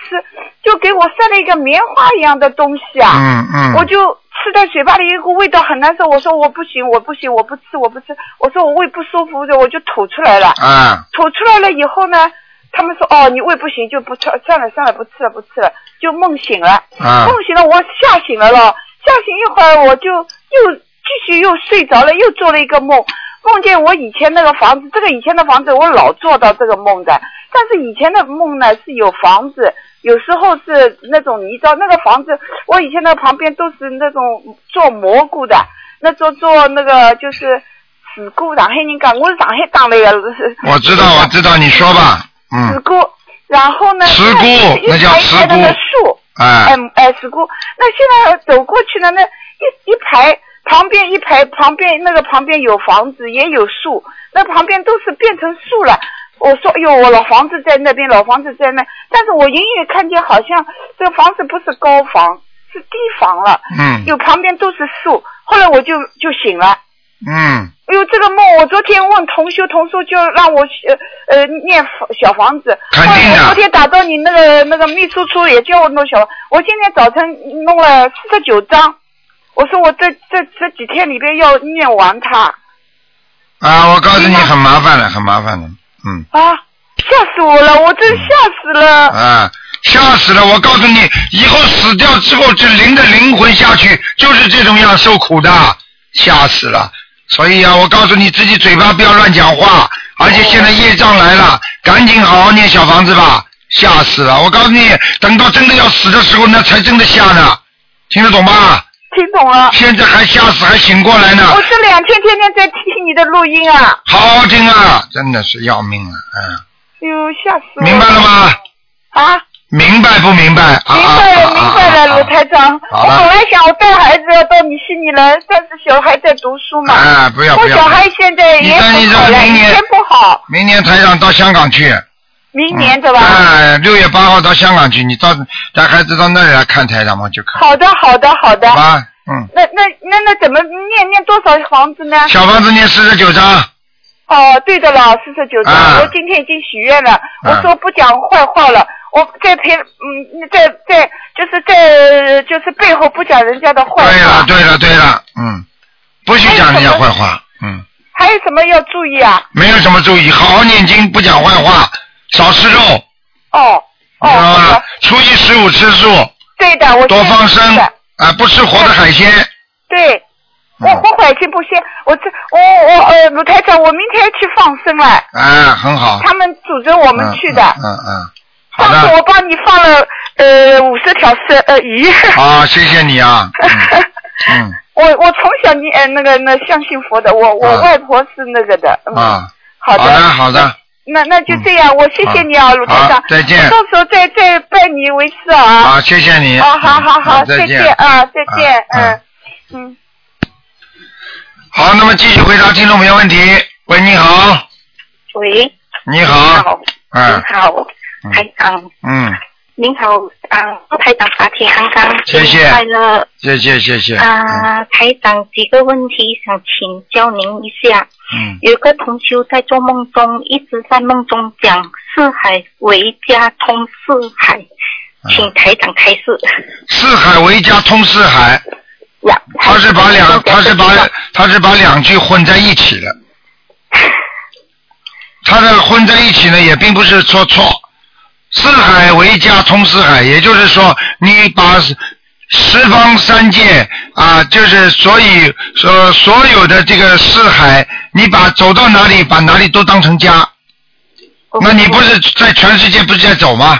就给我塞了一个棉花一样的东西啊，
嗯嗯，
我就吃在嘴巴里，有股味道很难受。我说我不行，我不行，我不吃，我不吃。我说我胃不舒服，我就吐出来了。
啊
吐出来了以后呢，他们说哦，你胃不行就不吃，算了算了，不吃了不吃了，就梦醒了。
啊
梦醒了，我吓醒了咯，吓醒一会儿我就又继续又睡着了，又做了一个梦，梦见我以前那个房子，这个以前的房子我老做到这个梦的，但是以前的梦呢是有房子，有时候是那种泥沼，那个房子我以前那旁边都是那种做蘑菇的，那做做那个就是。自古上海人讲，我是上海当来的，
我知道我知道，你说吧，
自
嗯，
古，然后呢，
茨菇
一
那叫
排一
茨
排的
菇
那树，
哎
哎哎，石姑，那现在走过去呢，那一一排旁边一排旁边那个旁边有房子也有树，那旁边都是变成树了。我说，哎呦，我老房子在那边，老房子在那，但是我隐隐看见好像这个房子不是高房，是低房了，
嗯
有旁边都是树。后来我就就醒了。
嗯
哎呦，这个梦我昨天问同修，同修就让我呃呃念小房子。
肯定的
后来我昨天打到你那个那个秘书处也叫我弄小，我今天早晨弄了四十九章，我说我这这这几天里边要念完它
啊，我告诉你很麻烦了，很麻烦了，嗯
啊，吓死我了，我真吓死 了。
啊，吓死了！我告诉你，以后死掉之后，这灵的灵魂下去就是这种样受苦的，吓死了。所以啊，我告诉你，自己嘴巴不要乱讲话，而且现在业障来了，赶紧好好念小房子吧，吓死了！我告诉你，等到真的要死的时候，那才真的吓呢，听得懂吧？
听懂了，
现在还吓死，还醒过来呢，
我这两天天天在听你的录音啊，
好好听啊，真的是要命了，
哎呦，吓死我
嗯，明白了？吗？
啊。
明白不明白？啊
明白了，明白了，
啊啊啊啊
卢台长。
好
我
了
本来想我带孩子要到你悉尼来，但是小孩在读书嘛。
哎不要不
我
要
小孩现在
你
也
等你
不
这
好
个
了，
明
以
年
前不好，
明年台长到香港去。
明
嗯
年对吧？
哎，六月八号到香港去，你到带孩子到那里来看台长嘛，就看。
好的，好的，好的
好。吧，嗯。
那那那那怎么念念多少房子呢？
小房子念四十九章，
哦，对的了，四十九章
啊。
我今天已经许愿了，我
啊
说不讲坏话了。我在陪，嗯，在在就是在就是背后不讲人家的坏话。
对了，对了，对了，嗯，不许讲人家
哎
坏话，嗯，
还有什么要注意啊？
没有什么注意，好好念经，不讲坏话，少吃肉，
哦哦，
知道
好
吗
的？
初一十五吃素，
对的，我
多
现在
放
是
生
的
啊，不吃活的海鲜，
对，我
嗯
我怀心不鲜，我这我我呃，鲁台长，我明天去放生了，
哎，很好。
他们组织我们去的。
嗯嗯嗯，好
上次
的，
我帮你放了呃五十条生呃鱼，
嗯好，谢谢你啊，嗯嗯。
我我从小你呃那个那相信佛的，我我
啊
外婆是那个的。嗯、
啊，
好的，
的好的，
那那就这样，我谢谢你啊，鲁台
好
长，，
再见
我，到时候再再拜你为师啊。
好，谢谢你，嗯
啊，好好好，
再
再
见
见，啊，再见，
啊
嗯嗯。
好，那么继续回答听众朋友问题。喂，你好，
喂，
你好，嗯
您好，
嗯
台长，
嗯，
您好，啊、呃，台长法体安康，
谢谢
新年快乐
谢谢谢谢，嗯
啊、台长几个问题想请教您一下。
嗯，
有个同修在做梦中一直在梦中讲四海为家通四海，
啊
请台长开示。
四海为家通四海，
呀，
他是把 两他是把
台长
他是把两句混在一起的，他的混在一起呢也并不是说错，四海为家通四海，也就是说你把十方三界啊，就是所以说所有的这个四海，你把走到哪里把哪里都当成家，那你不是在全世界不是在走吗？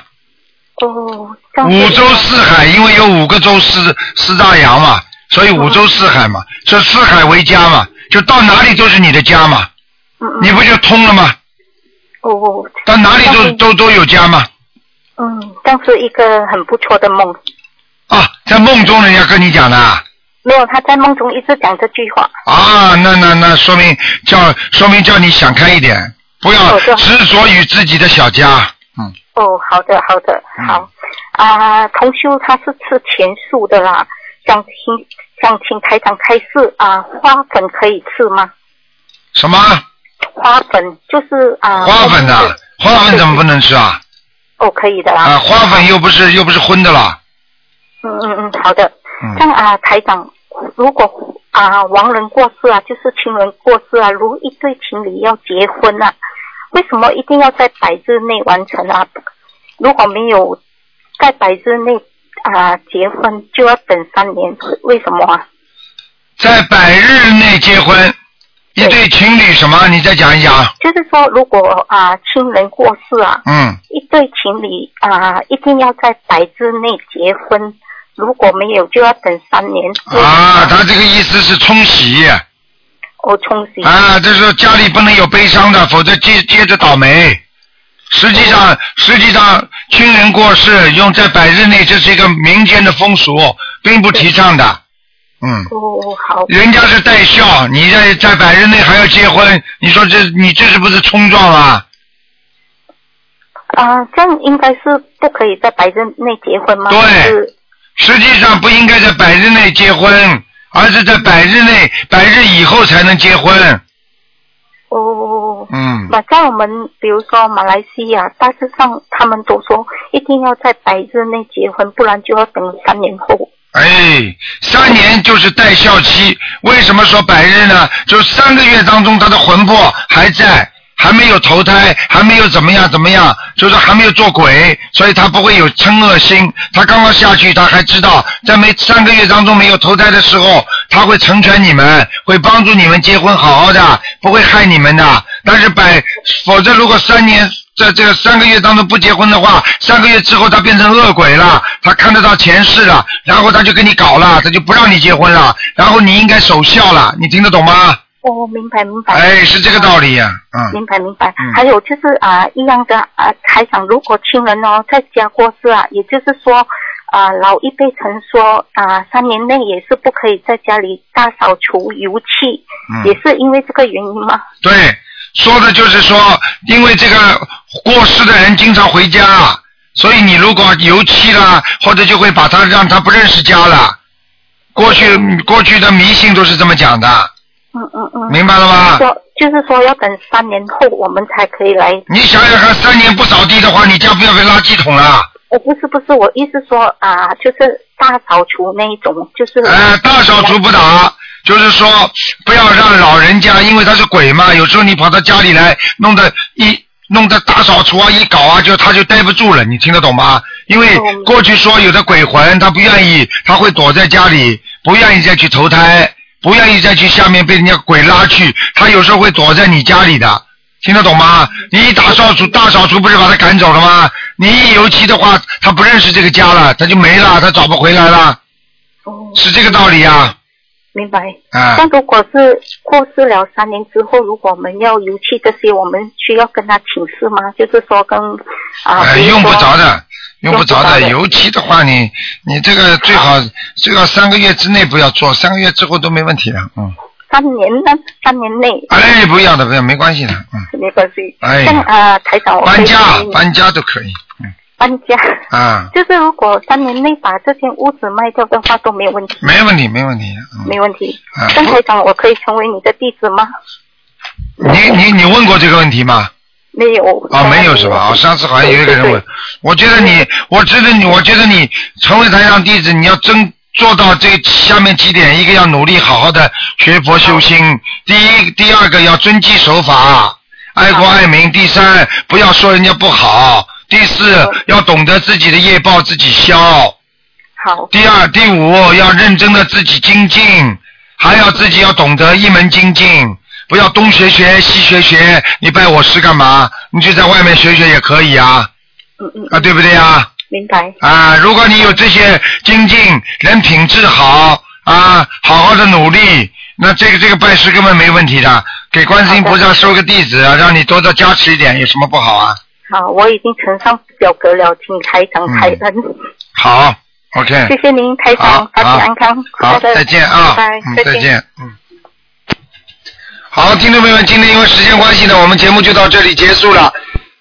哦，
五洲四海，因为有五个洲四四大洋嘛，所以五洲四海嘛，这四海为家嘛，就到哪里都是你的家嘛，
嗯嗯
你不就通了吗？
哦，
到哪里都都都有家嘛。
嗯，但是一个很不错的梦，
啊，在梦中人家跟你讲的啊，
没有他在梦中一直讲这句话，
啊那那那说明叫说明叫你想开一点，不要
啊
执着于自己的小家。嗯，
哦，好的，好的，好。啊、同修他是吃全素的啦，想请想请台长开示啊，花粉可以吃吗？
什么
花粉啊就是啊，
花粉呐、花粉怎么不能吃啊？
哦，可以的啦。
啊，花粉又不是又不是荤的啦。
嗯嗯嗯，好的。
嗯
像啊、台长，如果啊、亡人过世啊，就是亲人过世啊，如一对情侣要结婚啊，为什么一定要在百日内完成啊？如果没有在百日内啊、结婚，就要等三年，为什么啊？
在百日内结婚，一对情侣什么？你再讲一讲。
就是说，如果啊、亲人过世啊，
嗯，
一对情侣啊、一定要在百日内结婚，如果没有就要等三年。
啊，他这个意思是冲喜
我哦冲洗。
啊，就是说家里不能有悲伤的，否则接接着倒霉。实际上，实际上亲人过世用在百日内，这是一个民间的风俗，并不提倡的。嗯，
哦，好。
人家是带孝，你在在百日内还要结婚，你说这你这是不是冲撞啊？
啊、这样应该是不可以在白日内结婚吗？
对，实际上不应该在百日内结婚，而是在百日内、百日以后才能结婚。
哦，
嗯，
那在我们比如说马来西亚，大致上他们都说一定要在百日内结婚，不然就要等三年后。
哎，三年就是带孝期。为什么说百日呢？就三个月当中，他的魂魄还在，还没有投胎，还没有怎么样怎么样，就是还没有做鬼，所以他不会有嗔恶心。他刚刚下去，他还知道，在没三个月当中没有投胎的时候，他会成全你们，会帮助你们结婚好好的，不会害你们的。但是百，否则如果三年在这个三个月当中不结婚的话，三个月之后他变成恶鬼了，他看得到前世了，然后他就跟你搞了，他就不让你结婚了，然后你应该守孝了，你听得懂吗？
哦，明白明白。
哎，是这个道理呀、嗯，
明白明白
嗯，
还有就是啊、一样的啊、台长，如果亲人哦在家过世啊，也就是说啊、老一辈曾说啊、三年内也是不可以在家里大扫除油气，
嗯
也是因为这个原因吗？
对，说的就是说，因为这个过世的人经常回家，啊所以你如果油漆啦，或者就会把他让他不认识家了。过去过去的迷信都是这么讲的，
嗯嗯嗯，
明白了吗？
说就是说要等三年后我们才可以来。
你想想看，三年不扫地的话，你家不要被垃圾桶了。
我呃不是不是，我意思说啊、就是大扫除那一种，就是
呃，大扫除不打，就是说不要让老人家，因为他是鬼嘛，有时候你跑到家里来，弄得一弄得大扫除啊，一搞啊，就他就待不住了，你听得懂吗？因为过去说有的鬼魂他不愿意，他会躲在家里，不愿意再去投胎，不愿意再去下面被人家鬼拉去，他有时候会躲在你家里的。听得懂吗？你一打扫除，大扫除不是把他赶走了吗？你一油漆的话，他不认识这个家了，他就没了，他找不回来了，是这个道理呀、
嗯明白。
啊
但如果是过世了三年之后，如果我们要油漆这些，我们需要跟他请示吗？就是说跟啊、
呃，
比如
用不
说
着的，用不着
用不着
的。
的
油漆的话，你你这个最好最好三个月之内不要做，三个月之后都没问题的。嗯，
三年呢，三年内
哎，不要的，不要，没关系的。嗯，
没关系。
哎
像啊、台长，我可以
搬家
建议
搬家都可以。
搬家，
啊，
就是如果三年内把这间屋子卖掉的话都没有问题。
没问题，没问题。嗯，
没问题
啊。
邓台长，我可以成为你的弟子吗？
你你你问过这个问题吗？
没有。
啊，没有是吧？啊，上次好像有一个人问，我觉得你，我觉得你，我觉得你成为台上弟子，你要真做到这下面几点：一个要努力好好的学佛修心；第一，第二个要遵纪守法，爱国爱民；第三，不要说人家不好；第四，要懂得自己的业报自己消；
好，
第二、第五，要认真的自己精进，还要自己要懂得一门精进。不要东学学西学学，你拜我师干嘛？你就在外面学学也可以啊，
嗯嗯，
啊对不对啊？
明白。
啊，如果你有这些精进，人品质好啊，好好的努力，那这个这个拜师根本没问题的。给观世音菩萨收个弟子，啊让你多多加持一点，有什么不好啊？
好，我已经呈上表格了，请台长开恩。
嗯好，OK，
谢谢您，台
好
长，身体
好
安康，
好，
快乐
再见啊，
拜
嗯
拜，
再见，嗯。好，听众朋友们，今天因为时间关系呢，我们节目就到这里结束了，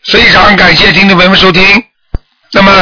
非常感谢听众朋友们收听。那么